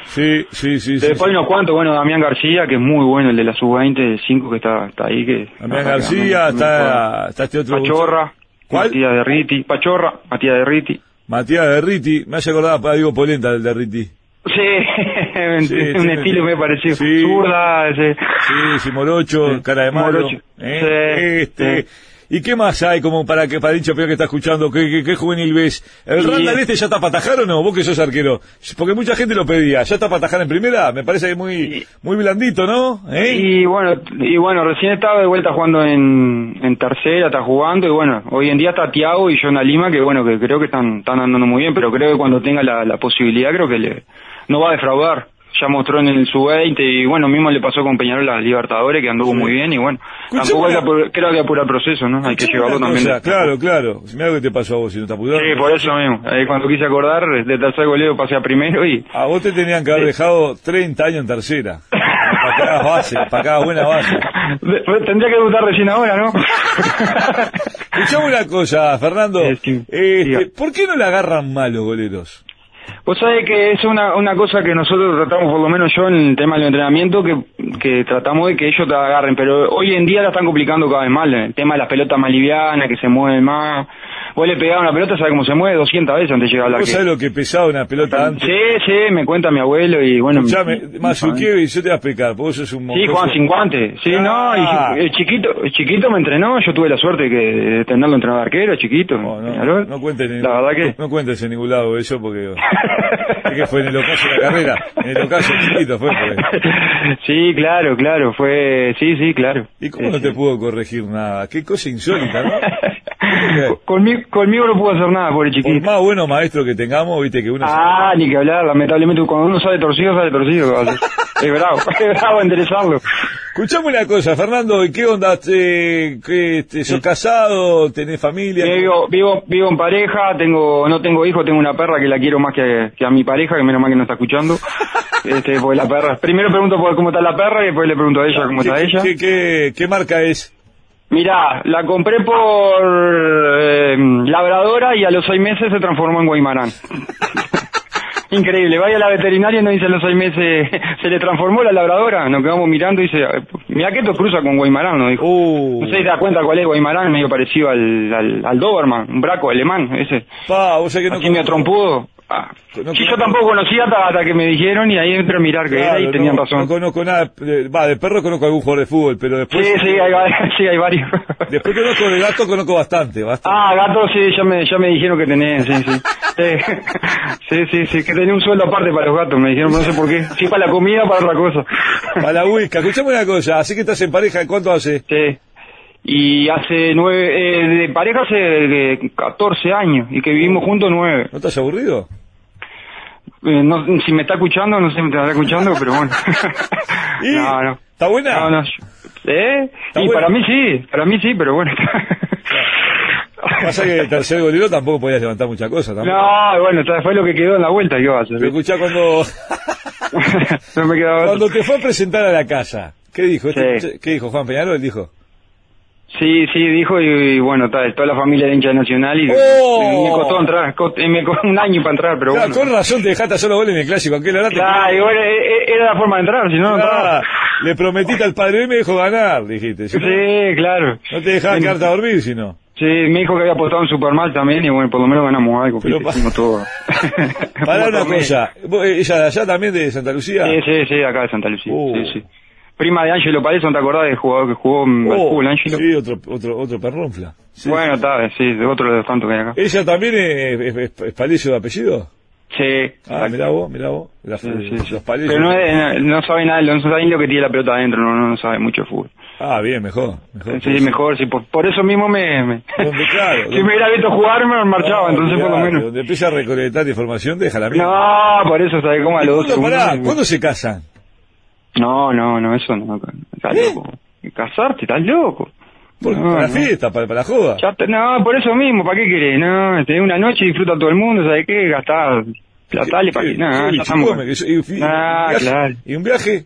Speaker 1: Sí, sí, sí. sí,
Speaker 3: Después hay unos cuantos, bueno, Damián García, que es muy bueno, el de la sub-20, el 5 que está, está ahí. que
Speaker 1: Damián
Speaker 3: está-
Speaker 1: García,
Speaker 3: está-
Speaker 1: está, está este otro.
Speaker 3: Pachorra.
Speaker 1: ¿Cuál?
Speaker 3: Matías de Riti. Pachorra, Matías de Riti.
Speaker 1: Matías Derriti. Me hace acordar a Diego Polenta del Derriti.
Speaker 3: (laughs) Sí,
Speaker 1: Sí,
Speaker 3: un
Speaker 1: sí.
Speaker 3: estilo me pareció.
Speaker 1: Sí.
Speaker 3: Zurda, ese.
Speaker 1: Sí, sí, Morocho,
Speaker 3: Sí,
Speaker 1: cara de malo.
Speaker 3: Morocho.
Speaker 1: ¿eh?
Speaker 3: Sí,
Speaker 1: este,
Speaker 3: sí.
Speaker 1: ¿Y qué más hay como para que para dicho peor que está escuchando? ¿Qué, qué, qué juvenil ves? ¿El
Speaker 3: Y-
Speaker 1: Randall este ya está para atajar o no? Vos que sos arquero. Porque mucha gente lo pedía. ¿Ya está para atajar en primera? Me parece que muy, muy blandito, ¿no? ¿Eh?
Speaker 3: Y bueno, y bueno, recién estaba de vuelta jugando en, en tercera, está jugando y bueno, hoy en día está Tiago y Jonah Lima que bueno, que creo que están, están andando muy bien, pero creo que cuando tenga la, la posibilidad creo que le, no va a defraudar. Ya mostró en el sub-20 y bueno, mismo le pasó con Peñarol a Libertadores que anduvo muy bien y bueno,
Speaker 1: Escuchame
Speaker 3: tampoco hay que
Speaker 1: una-
Speaker 3: apurar, creo que apurar proceso, ¿no? Hay que llevarlo
Speaker 1: Una
Speaker 3: también.
Speaker 1: cosa, claro, claro. Mirá lo que te pasó a vos si no te apurás.
Speaker 3: Sí, por eso mismo. Eh, cuando quise acordar, de tercer goleo pasé a primero y
Speaker 1: A vos te tenían que haber dejado 30 años en tercera. Para cada base, para cada buena base.
Speaker 3: De- pues, tendría que debutar recién
Speaker 1: (laughs)
Speaker 3: ahora, ¿no?
Speaker 1: Escuchame una cosa, Fernando.
Speaker 3: Sí, sí.
Speaker 1: Este,
Speaker 3: Diga.
Speaker 1: ¿Por qué no la agarran mal los goleros?
Speaker 3: Vos sabés que es una, una cosa que nosotros tratamos, por lo menos yo, en el tema del entrenamiento, que, que tratamos de que ellos te agarren, pero hoy en día la están complicando cada vez más, el tema de las pelotas más livianas, que se mueven más. Vos le pegás una pelota, sabés cómo se mueve 200 veces antes de llegar a la
Speaker 1: ¿Vos
Speaker 3: que...
Speaker 1: sabés lo que pesaba una pelota antes?
Speaker 3: Sí, sí, me cuenta mi abuelo y bueno...
Speaker 1: Escuchame, Mazukevich, yo te voy a explicar, porque vos sos un
Speaker 3: Sí,
Speaker 1: monstruo.
Speaker 3: Juan sin guantes. Sí,
Speaker 1: Ah.
Speaker 3: no, y el chiquito, el chiquito me entrenó, yo tuve la suerte que, de tenerlo entrenado de arquero, chiquito.
Speaker 1: No, no,
Speaker 3: Peñarol.
Speaker 1: no cuentes en,
Speaker 3: La verdad que...
Speaker 1: no cuentes en ningún lado eso,
Speaker 3: (laughs)
Speaker 1: porque (laughs) es que fue en el ocaso de la carrera, en el ocaso chiquito fue. porque-
Speaker 3: (laughs) sí, claro, claro, fue, sí, sí, claro.
Speaker 1: ¿Y cómo no te pudo corregir nada? Qué cosa insólita,
Speaker 3: (laughs)
Speaker 1: ¿no?
Speaker 3: Conmigo, conmigo no pudo hacer nada, pobre
Speaker 1: Por
Speaker 3: chiquito.
Speaker 1: más bueno maestro que tengamos, viste que uno... se-
Speaker 3: Ah, ni que hablar, lamentablemente cuando uno sale torcido, sale torcido. o sea, es bravo, (laughs) es bravo enderezarlo.
Speaker 1: Escuchame una cosa, Fernando, ¿y qué onda? Eh, qué, este, ¿Sos casado? ¿Tenés familia?
Speaker 3: Yo Vivo, vivo, vivo en pareja, tengo, no tengo hijos, tengo una perra que la quiero más que, que a mi pareja, que menos mal que no está escuchando. Este, porque la perra, primero pregunto por cómo está la perra y después le pregunto a ella cómo está
Speaker 1: ¿Qué-
Speaker 3: ella.
Speaker 1: qué- qué- qué marca es?
Speaker 3: Mirá, la compré por eh, labradora y a los seis meses se transformó en Guaymarán. Increíble, vaya a la veterinaria y nos dice a los seis meses, (laughs) se le transformó la labradora, nos quedamos mirando y dice, pues, mirá que esto cruza con Guaymarán, nos dijo.
Speaker 1: Uh,
Speaker 3: No sé si te das cuenta cuál es Guaymarán, medio parecido al, al, al Doberman, un braco alemán, ese,
Speaker 1: pa, vos sabés que no...
Speaker 3: así medio trompudo. Ah,
Speaker 1: No conozco.
Speaker 3: sí, yo tampoco conocía hasta, hasta que me dijeron y ahí entré a mirar que era
Speaker 1: Claro,
Speaker 3: y
Speaker 1: no-
Speaker 3: tenían
Speaker 1: No
Speaker 3: razón.
Speaker 1: conozco nada, de- va, de perro conozco algún jugador de fútbol, pero
Speaker 3: Sí,
Speaker 1: después...
Speaker 3: sí, hay, va- (laughs) sí, hay varios.
Speaker 1: Después conozco Pues, de gato, conozco bastante, bastante.
Speaker 3: Ah, gato, sí, ya me, ya me dijeron que tenés, sí, sí. Sí, (laughs) sí, sí, sí, que tenía un sueldo aparte para los gatos, me dijeron, no sé por qué. Sí, para la comida, para otra cosa. (laughs)
Speaker 1: Para la Wicca, escuchame una cosa, así que estás en pareja, ¿cuánto hace?
Speaker 3: Sí. Y hace nueve, eh, de pareja hace eh, 14 años y que vivimos juntos nueve.
Speaker 1: ¿No estás aburrido?
Speaker 3: Eh, no, si me está escuchando, no sé si me está escuchando, pero bueno. (laughs)
Speaker 1: ¿Y?
Speaker 3: No, no.
Speaker 1: ¿Está buena?
Speaker 3: No, no. yo- ¿Eh?
Speaker 1: Está
Speaker 3: Y
Speaker 1: bueno.
Speaker 3: para mí sí, para mí sí, pero bueno.
Speaker 1: Pasa que el tercer golero tampoco podías levantar mucha cosa, tampoco.
Speaker 3: (laughs) No, bueno, fue lo que quedó en la vuelta, ¿qué va a hacer?
Speaker 1: Pero escuchá cuando,
Speaker 3: (laughs) no me quedaba otra.
Speaker 1: cuando te fue a presentar a la casa, ¿qué dijo? Este-
Speaker 3: Sí.
Speaker 1: ¿Qué dijo Juan Peñarol? Dijo,
Speaker 3: Sí, sí, dijo y, y bueno, tal, toda la familia de hincha de nacional y
Speaker 1: ¡Oh!
Speaker 3: me costó entrar, co- eh, me costó un año para entrar, pero
Speaker 1: claro,
Speaker 3: bueno.
Speaker 1: con razón te dejaste solo goles en el clásico, aquel ahora te...
Speaker 3: Claro, y bueno, e- e- era la forma de entrar, si no, no
Speaker 1: Ah,
Speaker 3: entraba.
Speaker 1: le prometiste al padre, hoy me dejó ganar, dijiste. Si no,
Speaker 3: Sí, claro.
Speaker 1: no te dejaban quedarte a dormir, sino.
Speaker 3: Sí, me dijo que había apostado en Supermal también y bueno, por lo menos ganamos algo,
Speaker 1: Pero
Speaker 3: ¿viste?
Speaker 1: pa- (laughs)
Speaker 3: hicimos todo. (laughs)
Speaker 1: Pará una
Speaker 3: Tomé.
Speaker 1: cosa, ¿vos, eh, ¿ella de allá también de Santa Lucía?
Speaker 3: Sí, sí, sí, acá de Santa Lucía,
Speaker 1: Oh.
Speaker 3: sí, sí. Prima de Ángelo Paredes, ¿no te acordás del jugador que jugó en al
Speaker 1: Oh,
Speaker 3: fútbol, Ángelo?
Speaker 1: Sí, otro, otro, otro perrunfla. Sí.
Speaker 3: Bueno, tal, sí, de otro de los tantos que hay acá.
Speaker 1: ¿Ella también es, es, es- es Palacio de apellido?
Speaker 3: Sí,
Speaker 1: Ah, mirá vos, mirá vos. La-
Speaker 3: Sí, sí, sí.
Speaker 1: Los Palacios.
Speaker 3: Pero no, es- no sabe nada, no sabe ni lo que tiene la pelota adentro, no, no sabe mucho de fútbol.
Speaker 1: Ah, bien, mejor. mejor
Speaker 3: Sí, mejor, sí, por, por eso mismo me... me-
Speaker 1: Donde, claro,
Speaker 3: (laughs) si me hubiera visto jugar me marchaba,
Speaker 1: No,
Speaker 3: entonces por lo
Speaker 1: olvidate,
Speaker 3: menos.
Speaker 1: Donde empieza a recolectar información, déjala la mierda.
Speaker 3: No, por eso sabe cómo a
Speaker 1: ¿Y
Speaker 3: los dos
Speaker 1: ¿Cuándo, pará,
Speaker 3: segundos-
Speaker 1: ¿Cuándo se casan?
Speaker 3: No, no, no, eso no. Estás loco. Casarte, estás loco.
Speaker 1: ¿Eh? Por-
Speaker 3: No,
Speaker 1: para la
Speaker 3: no.
Speaker 1: fiesta, para, para la joda.
Speaker 3: Ya te- no, por eso mismo, ¿para qué querés? No, tenés una noche y disfruta todo el mundo, ¿sabes qué? Gastar platales para
Speaker 1: Sí,
Speaker 3: que... No,
Speaker 1: sí,
Speaker 3: ya
Speaker 1: sí,
Speaker 3: estamos...
Speaker 1: come, que yo- y un fi-
Speaker 3: Ah,
Speaker 1: un viaje-
Speaker 3: claro.
Speaker 1: ¿Y un viaje?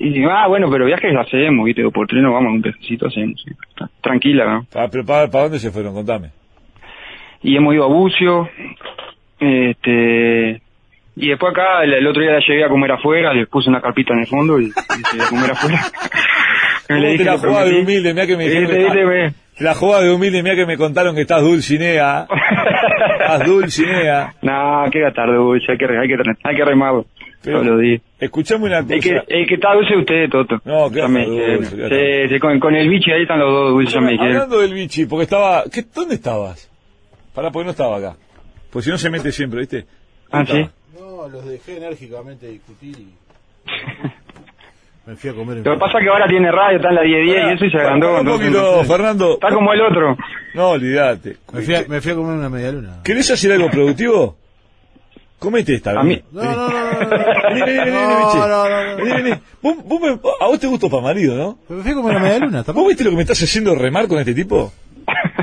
Speaker 3: Y, ah, bueno, pero viajes hacemos, ¿viste? Por tren nos vamos a un pececito, hacemos. sí. Tranquila, ¿no?
Speaker 1: Ah, pero ¿Para, para dónde se fueron? Contame.
Speaker 3: y hemos ido a Bucio. Este, y después acá, el, el otro día la llevé a comer afuera, le puse una carpita en el fondo y, y llevé a comer
Speaker 1: (laughs)
Speaker 3: afuera. Y
Speaker 1: ¿Cómo te la
Speaker 3: le
Speaker 1: jugás de
Speaker 3: prometí.
Speaker 1: humilde? Mirá que me
Speaker 3: Eh,
Speaker 1: dijeron
Speaker 3: le
Speaker 1: que-
Speaker 3: dije, me-
Speaker 1: La joda de humilde, mira que me contaron que estás dulcinea. estás dulcinea.
Speaker 3: No, que era tarde, hay que, re- hay que, re- hay que remarlo.
Speaker 1: Pero,
Speaker 3: Todos los días.
Speaker 1: escuchame una cosa.
Speaker 3: El que, el que está dulce es usted, Toto.
Speaker 1: No, claro,
Speaker 3: Ya me
Speaker 1: dulce,
Speaker 3: dijeron.
Speaker 1: claro.
Speaker 3: Sí, sí, con, con el bichi ahí están los dos dulces, ya me dijeron.
Speaker 1: Hablando del bichi, porque estaba. ¿qué- ¿Dónde estabas? Pará, porque no estaba acá. Pues si no se mete siempre, ¿viste?
Speaker 3: Ah, sí.
Speaker 1: estaba?
Speaker 2: No, los dejé enérgicamente discutir y. Me fui a comer en
Speaker 3: Lo que pasa es que ahora tiene radio, está en la 1010 y eso y se
Speaker 1: Pará,
Speaker 3: agrandó.
Speaker 1: pará Un
Speaker 3: entonces,
Speaker 1: poquito, Fernando.
Speaker 3: Está como el otro.
Speaker 1: No, olvídate.
Speaker 2: me, fui a, me fui a comer una media luna.
Speaker 1: ¿Querés hacer algo productivo? Comete esta.
Speaker 3: A
Speaker 1: vení.
Speaker 3: mí-
Speaker 2: No, no, no, no, no, no,
Speaker 1: Vení, vení, vení, vení,
Speaker 2: no,
Speaker 1: bichi.
Speaker 2: no, no,
Speaker 1: Vení,
Speaker 2: no.
Speaker 1: vení. Vos- vos me- a vos te gustó para marido, ¿no?
Speaker 2: Me fui a comer una media luna,
Speaker 1: ¿Vos
Speaker 2: tampoco.
Speaker 1: viste lo que me estás haciendo remar con este tipo?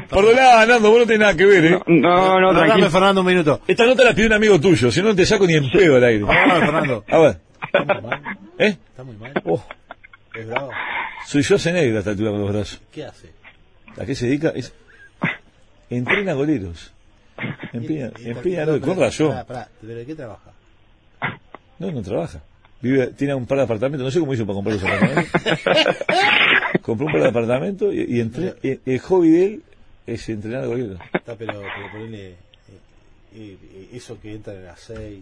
Speaker 1: Perdoná, Nando, vos no tenés nada que ver, ¿eh?
Speaker 3: No, no, tranquilo.
Speaker 2: Perdóname, Fernando, un minuto.
Speaker 1: Esta nota la pidió un amigo tuyo, si no, no te saco ni en pedo al aire.
Speaker 2: Perdóname, Fernando.
Speaker 1: A ver,
Speaker 2: Está muy mal,
Speaker 1: ¿eh?
Speaker 2: está muy mal.
Speaker 1: Oh,
Speaker 2: Es bravo.
Speaker 1: soy yo negra a esta altura con los brazos.
Speaker 2: ¿Qué hace?
Speaker 1: ¿A qué se dedica? Es... Entrena goleros. Empeña, empeña, no, con razón.
Speaker 2: Pará, pará, ¿Pero de qué trabaja?
Speaker 1: No, no trabaja. Vive, tiene un par de apartamentos, no sé cómo hizo para comprar los apartamentos. Compró un par de apartamentos y, y entre- el, el hobby de él es entrenar goleros.
Speaker 2: Está, pero, pero ponele. eh, eh, eh, eso que entra en el aceite.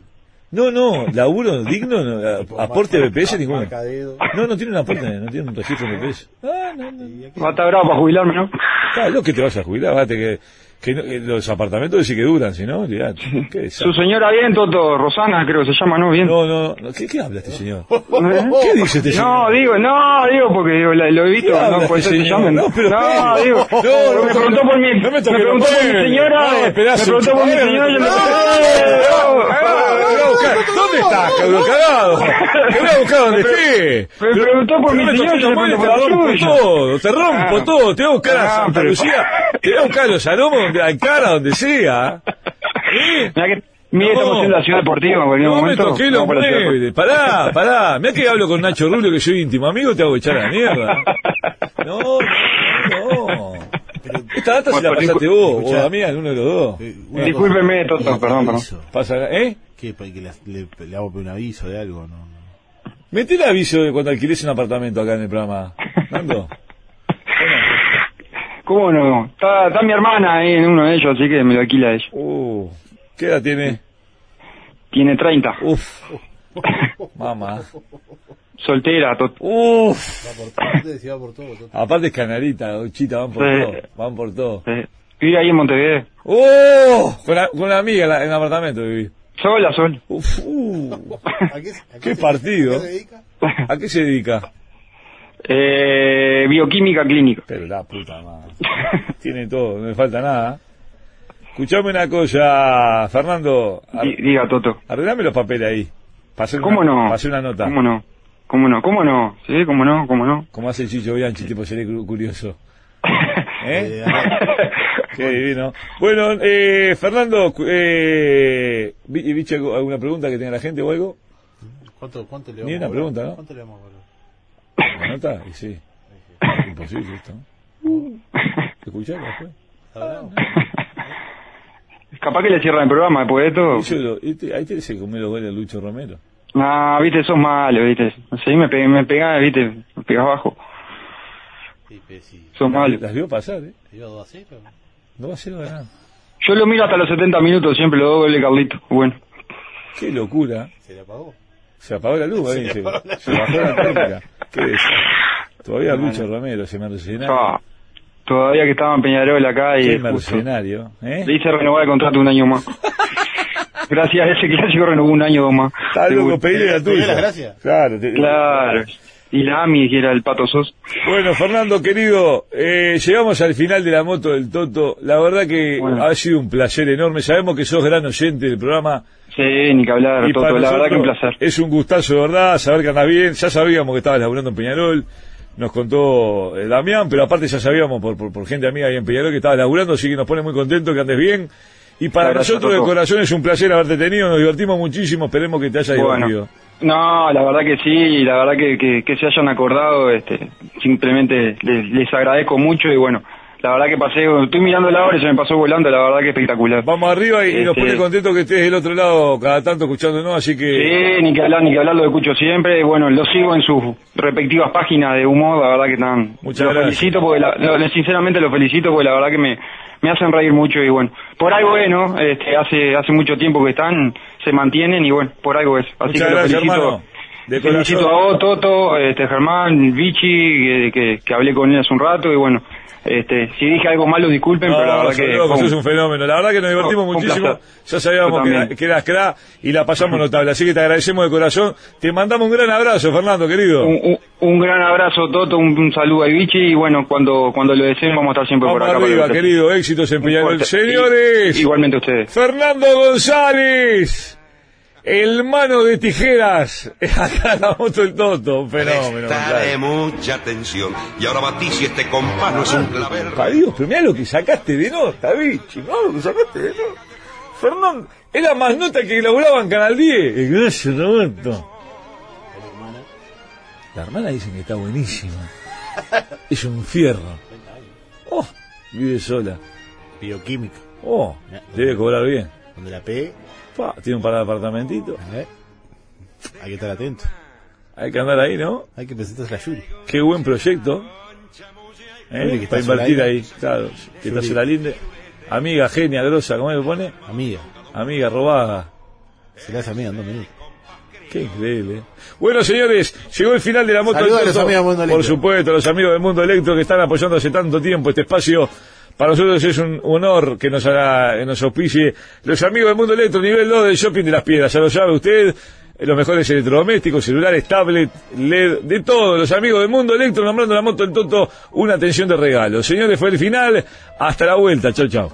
Speaker 1: No, no, laburo digno, no, a- aporte de BPS ninguno.
Speaker 2: Marca dedo.
Speaker 1: No, no tiene un aporte, no tiene un registro de BPS. Ah, no, no.
Speaker 2: Y aquí-
Speaker 3: Va a estar bravo para jubilarme, ¿no?
Speaker 1: Está loco que te vas a jubilar, bate, que, que no- que los apartamentos sí que duran, si no, olvidate. ¿Qué
Speaker 3: Su
Speaker 1: desastre.
Speaker 3: señora bien, Toto, Rosana creo que se llama, ¿no? Bien.
Speaker 1: No, no, no, ¿qué, qué habla este señor?
Speaker 3: (laughs) ¿Eh?
Speaker 1: ¿Qué dice este
Speaker 3: No,
Speaker 1: señor?
Speaker 3: digo, no, digo, porque digo, la- lo he
Speaker 1: ¿Qué
Speaker 3: visto,
Speaker 1: habla
Speaker 3: no, por eso
Speaker 1: este
Speaker 3: te
Speaker 1: señor?
Speaker 3: llaman.
Speaker 1: No, pero
Speaker 3: no,
Speaker 1: ¿qué?
Speaker 3: digo,
Speaker 1: No, no
Speaker 3: me
Speaker 1: me
Speaker 3: preguntó
Speaker 1: toque-
Speaker 3: por mi,
Speaker 1: no me
Speaker 3: me
Speaker 1: toque los
Speaker 3: preguntó por mi
Speaker 1: huevos.
Speaker 3: señora,
Speaker 1: No,
Speaker 3: eh,
Speaker 1: esperá,
Speaker 3: me
Speaker 1: se
Speaker 3: preguntó por mi
Speaker 1: chupa-
Speaker 3: señora, yo me
Speaker 1: No, "Eh,
Speaker 3: no,
Speaker 1: ¿Dónde estás, cabrón cagado? Te voy a buscar donde esté.
Speaker 3: me preguntó por
Speaker 1: Pero
Speaker 3: mi
Speaker 1: me
Speaker 3: señor,
Speaker 1: toques los
Speaker 3: yo le
Speaker 1: muebles,
Speaker 3: pregunto por
Speaker 1: te
Speaker 3: la
Speaker 1: rompo
Speaker 3: suya.
Speaker 1: todo, te rompo
Speaker 3: Ah.
Speaker 1: todo, te voy a buscar a
Speaker 3: Ah,
Speaker 1: Santa
Speaker 3: pero-
Speaker 1: Lucía, te voy a buscar a los aromos donde hay cara, donde sea. ¿Eh?
Speaker 3: Mirá que, mira,
Speaker 1: No.
Speaker 3: estamos en la ciudad deportiva, en cualquier
Speaker 1: No me
Speaker 3: momento.
Speaker 1: toqué los
Speaker 3: vamos para la ciudad
Speaker 1: muebles. Pará, pará. Mirá que hablo con Nacho Rubio, que soy íntimo amigo, te hago echar a la mierda. No, no, no. Esta data se la
Speaker 3: Bueno,
Speaker 1: pasaste
Speaker 3: discu-
Speaker 1: vos, o
Speaker 2: escuchá.
Speaker 1: a mí, a uno de los dos.
Speaker 2: Eh, una cosa-
Speaker 3: Discúlpeme, Toto,
Speaker 2: ¿Qué
Speaker 3: perdón, perdón.
Speaker 2: hizo?
Speaker 1: Pasa, ¿eh?
Speaker 2: ¿Qué? ¿Para que le, le- le hago un aviso de algo? No, no.
Speaker 1: Mete el aviso de cuando alquiles un apartamento acá en el programa. Nando.
Speaker 3: deportiva. ¿Cómo no? Está, está mi hermana ahí en uno de ellos, así que me lo alquila ella.
Speaker 1: Uh, ¿Qué edad tiene?
Speaker 3: Tiene 30.
Speaker 1: Uf. Mamá.
Speaker 3: Soltera, Toto.
Speaker 1: Uf.
Speaker 2: Va por parte, si va por todo. todo.
Speaker 1: Aparte es canarita, chita, van por
Speaker 3: Sí.
Speaker 1: todo. Van por todo.
Speaker 3: Eh, Vive ahí en Montevideo.
Speaker 1: ¡Oh! Con, la- con una amiga en, la- en el apartamento viví.
Speaker 3: Sola, sola.
Speaker 1: Uf, uh.
Speaker 2: ¿A qué, se- a
Speaker 1: Qué
Speaker 2: se-
Speaker 1: partido.
Speaker 2: ¿a qué se dedica?
Speaker 1: (laughs) ¿A qué se dedica?
Speaker 3: Eh, bioquímica clínica.
Speaker 1: Pero la puta
Speaker 3: (laughs)
Speaker 1: madre. Tiene todo, no le falta nada. Escuchame una cosa, Fernando. ar-
Speaker 3: Di- Diga, Toto.
Speaker 1: Arreglame los papeles ahí. Para hacer
Speaker 3: ¿Cómo
Speaker 1: una,
Speaker 3: no?
Speaker 1: para hacer una nota.
Speaker 3: ¿Cómo no? ¿Cómo no? ¿Cómo no? Sí, ¿cómo no? ¿Cómo no?
Speaker 1: Como hace el Chicho Bianchi, tipo seré cu-
Speaker 3: (laughs)
Speaker 1: curioso. ¿Eh?
Speaker 2: Eh, a ver,
Speaker 1: (laughs) Qué divino. Bueno, eh, Fernando, cu- eh, vi- ¿viste algo- alguna pregunta que tenga la gente o algo?
Speaker 2: ¿Cuánto, cuánto le
Speaker 1: Ni
Speaker 2: vamos
Speaker 1: una
Speaker 2: a cobrar?
Speaker 1: pregunta, ¿no?
Speaker 2: ¿Cuánto le vamos a cobrar?
Speaker 1: ¿La nota? Y sí. Imposible
Speaker 3: (laughs)
Speaker 1: esto. ¿Escuchás después?
Speaker 2: ¿Está bravo?
Speaker 3: Capaz que le cierran el programa después de todo.
Speaker 1: Eso lo- este- ahí te se comió los goles de Lucho Romero.
Speaker 3: Ah, viste, sos malo, viste. Sí, me, pe- me pegás, viste, me pegás abajo.
Speaker 2: pues, Sí, pero si
Speaker 3: Sos malo.
Speaker 1: Las vio pasar, ¿eh?
Speaker 2: iba 2 a 0.
Speaker 1: No va a ser ganar.
Speaker 3: Yo lo miro hasta los 70 minutos, siempre lo doble Carlito. Bueno.
Speaker 1: Qué locura.
Speaker 2: Se le apagó.
Speaker 1: Se apagó la luz, ¿eh? Se, se bajó la técnica. Qué desastre. Todavía Lucho Romero, se mercenario.
Speaker 3: Ah, todavía que estaba en Peñarol acá y
Speaker 1: Qué
Speaker 3: justo,
Speaker 1: mercenario, ¿eh?
Speaker 3: le hice renovar el contrato un
Speaker 1: (laughs)
Speaker 3: año más. Gracias a ese clásico renovó un año más.
Speaker 1: Está loco, pedile la
Speaker 2: ¿Te dio
Speaker 1: tuya.
Speaker 2: las gracias?
Speaker 1: Claro, te-
Speaker 3: Claro. Y la AMI, que era el pato sos.
Speaker 1: Bueno, Fernando, querido, eh, llegamos al final de la moto del Toto. La verdad que
Speaker 3: Bueno.
Speaker 1: ha sido un placer enorme. Sabemos que sos gran oyente del programa.
Speaker 3: Sí, ni que hablar,
Speaker 1: Y para
Speaker 3: Toto. La verdad que un
Speaker 1: nosotros
Speaker 3: placer.
Speaker 1: Es un gustazo, de verdad, saber que andás bien. Ya sabíamos que estabas laburando en Peñarol. Nos contó eh, Damián, pero aparte ya sabíamos por, por, por gente amiga ahí en Peñarol que estabas laburando, así que nos pone muy contentos que andes bien. Y para
Speaker 3: Gracias,
Speaker 1: nosotros de
Speaker 3: Toto.
Speaker 1: corazón es un placer haberte tenido, nos divertimos muchísimo, esperemos que te haya divertido.
Speaker 3: Bueno. No, la verdad que sí, la verdad que, que, que se hayan acordado, este, simplemente les, les agradezco mucho y bueno, la verdad que pasé, estoy mirando la hora y se me pasó volando, la verdad que espectacular.
Speaker 1: Vamos arriba y, y nos
Speaker 3: Este-
Speaker 1: pone contentos que estés del otro lado cada tanto escuchándonos, así que...
Speaker 3: Sí, ni que hablar, ni que hablar, lo escucho siempre. Bueno, lo sigo en sus respectivas páginas de humor, la verdad que están.
Speaker 1: Muchas
Speaker 3: lo
Speaker 1: gracias.
Speaker 3: felicito porque, la- lo- sinceramente lo felicito porque la verdad que me, me hacen reír mucho y bueno, por algo es, ¿no? Este, hace, hace mucho tiempo que están, se mantienen y bueno, por algo es. Así
Speaker 1: Muchas
Speaker 3: que lo
Speaker 1: gracias,
Speaker 3: felicito.
Speaker 1: hermano. De
Speaker 3: Felicito a
Speaker 1: corazón.
Speaker 3: vos, Toto, este, Germán, Vichy, que, que, que hablé con él hace un rato y bueno, este, si dije algo malo, disculpen, pero la
Speaker 1: No,
Speaker 3: verdad
Speaker 1: sos
Speaker 3: que...
Speaker 1: loco,
Speaker 3: fue un-
Speaker 1: sos un fenómeno. La verdad que nos divertimos
Speaker 3: No, un
Speaker 1: muchísimo.
Speaker 3: placer.
Speaker 1: Ya
Speaker 3: Yo
Speaker 1: sabíamos que,
Speaker 3: también.
Speaker 1: era- que eras cra y la pasamos notable. Así que te agradecemos de corazón. Te mandamos un gran abrazo, Fernando, querido.
Speaker 3: un, un- un gran abrazo, Toto, un, un saludo a Vichy y bueno, cuando, cuando lo deseen vamos a estar siempre
Speaker 1: Vamos
Speaker 3: por acá. para
Speaker 1: arriba,
Speaker 3: ustedes.
Speaker 1: querido. Éxitos en
Speaker 3: Un
Speaker 1: Peñarol.
Speaker 3: fuerte-
Speaker 1: Señores.
Speaker 3: i- Igualmente a ustedes.
Speaker 1: Fernando González, el mano de tijeras. (laughs) Acá en la moto del Toto, un fenómeno.
Speaker 4: Prestaré
Speaker 1: González.
Speaker 4: mucha atención. Y ahora batí si este compás no es un clavel.
Speaker 1: Pa' Dios, pero mirá lo que sacaste de nota, bichi, ¿no? Lo que sacaste de nota. Fernando, era más nota que laburaba en Canal 10. Eh, Gracias, Roberto. La hermana dicen que está buenísima. Es un fierro. Oh, vive sola.
Speaker 2: Bioquímica.
Speaker 1: Oh, debe cobrar bien.
Speaker 2: Donde la pegue,
Speaker 1: Pa, tiene un par de apartamentitos.
Speaker 2: ¿eh? hay que estar atento.
Speaker 1: Hay que andar ahí, ¿no?
Speaker 2: Hay que presentarse la Yuri.
Speaker 1: Qué buen proyecto. ¿Eh?
Speaker 2: Yuri, que
Speaker 1: Para
Speaker 2: está
Speaker 1: invertir
Speaker 2: sola
Speaker 1: ahí.
Speaker 2: ahí.
Speaker 1: Claro, que está
Speaker 2: Yuri.
Speaker 1: sola linda. Amiga, genia, grosa, ¿cómo le pone?
Speaker 2: Amiga.
Speaker 1: Amiga, robada.
Speaker 2: Se la hace amiga en dos minutos.
Speaker 1: Qué increíble. ¿eh? Bueno, señores, llegó el final de la moto.
Speaker 2: Saludos
Speaker 1: del
Speaker 2: a los
Speaker 1: Toto.
Speaker 2: amigos de Mundo Electro.
Speaker 1: Por supuesto, a los amigos del Mundo Electro que están apoyando hace tanto tiempo este espacio. Para nosotros es un honor que nos haga, que nos auspicie los amigos del Mundo Electro, nivel 2 del Shopping de las Piedras. Ya lo sabe usted, eh, los mejores electrodomésticos, celulares, tablet, LED, de todo. Los amigos del Mundo Electro nombrando la moto del Toto una atención de regalo. Señores, fue el final. Hasta la vuelta. Chau, chau.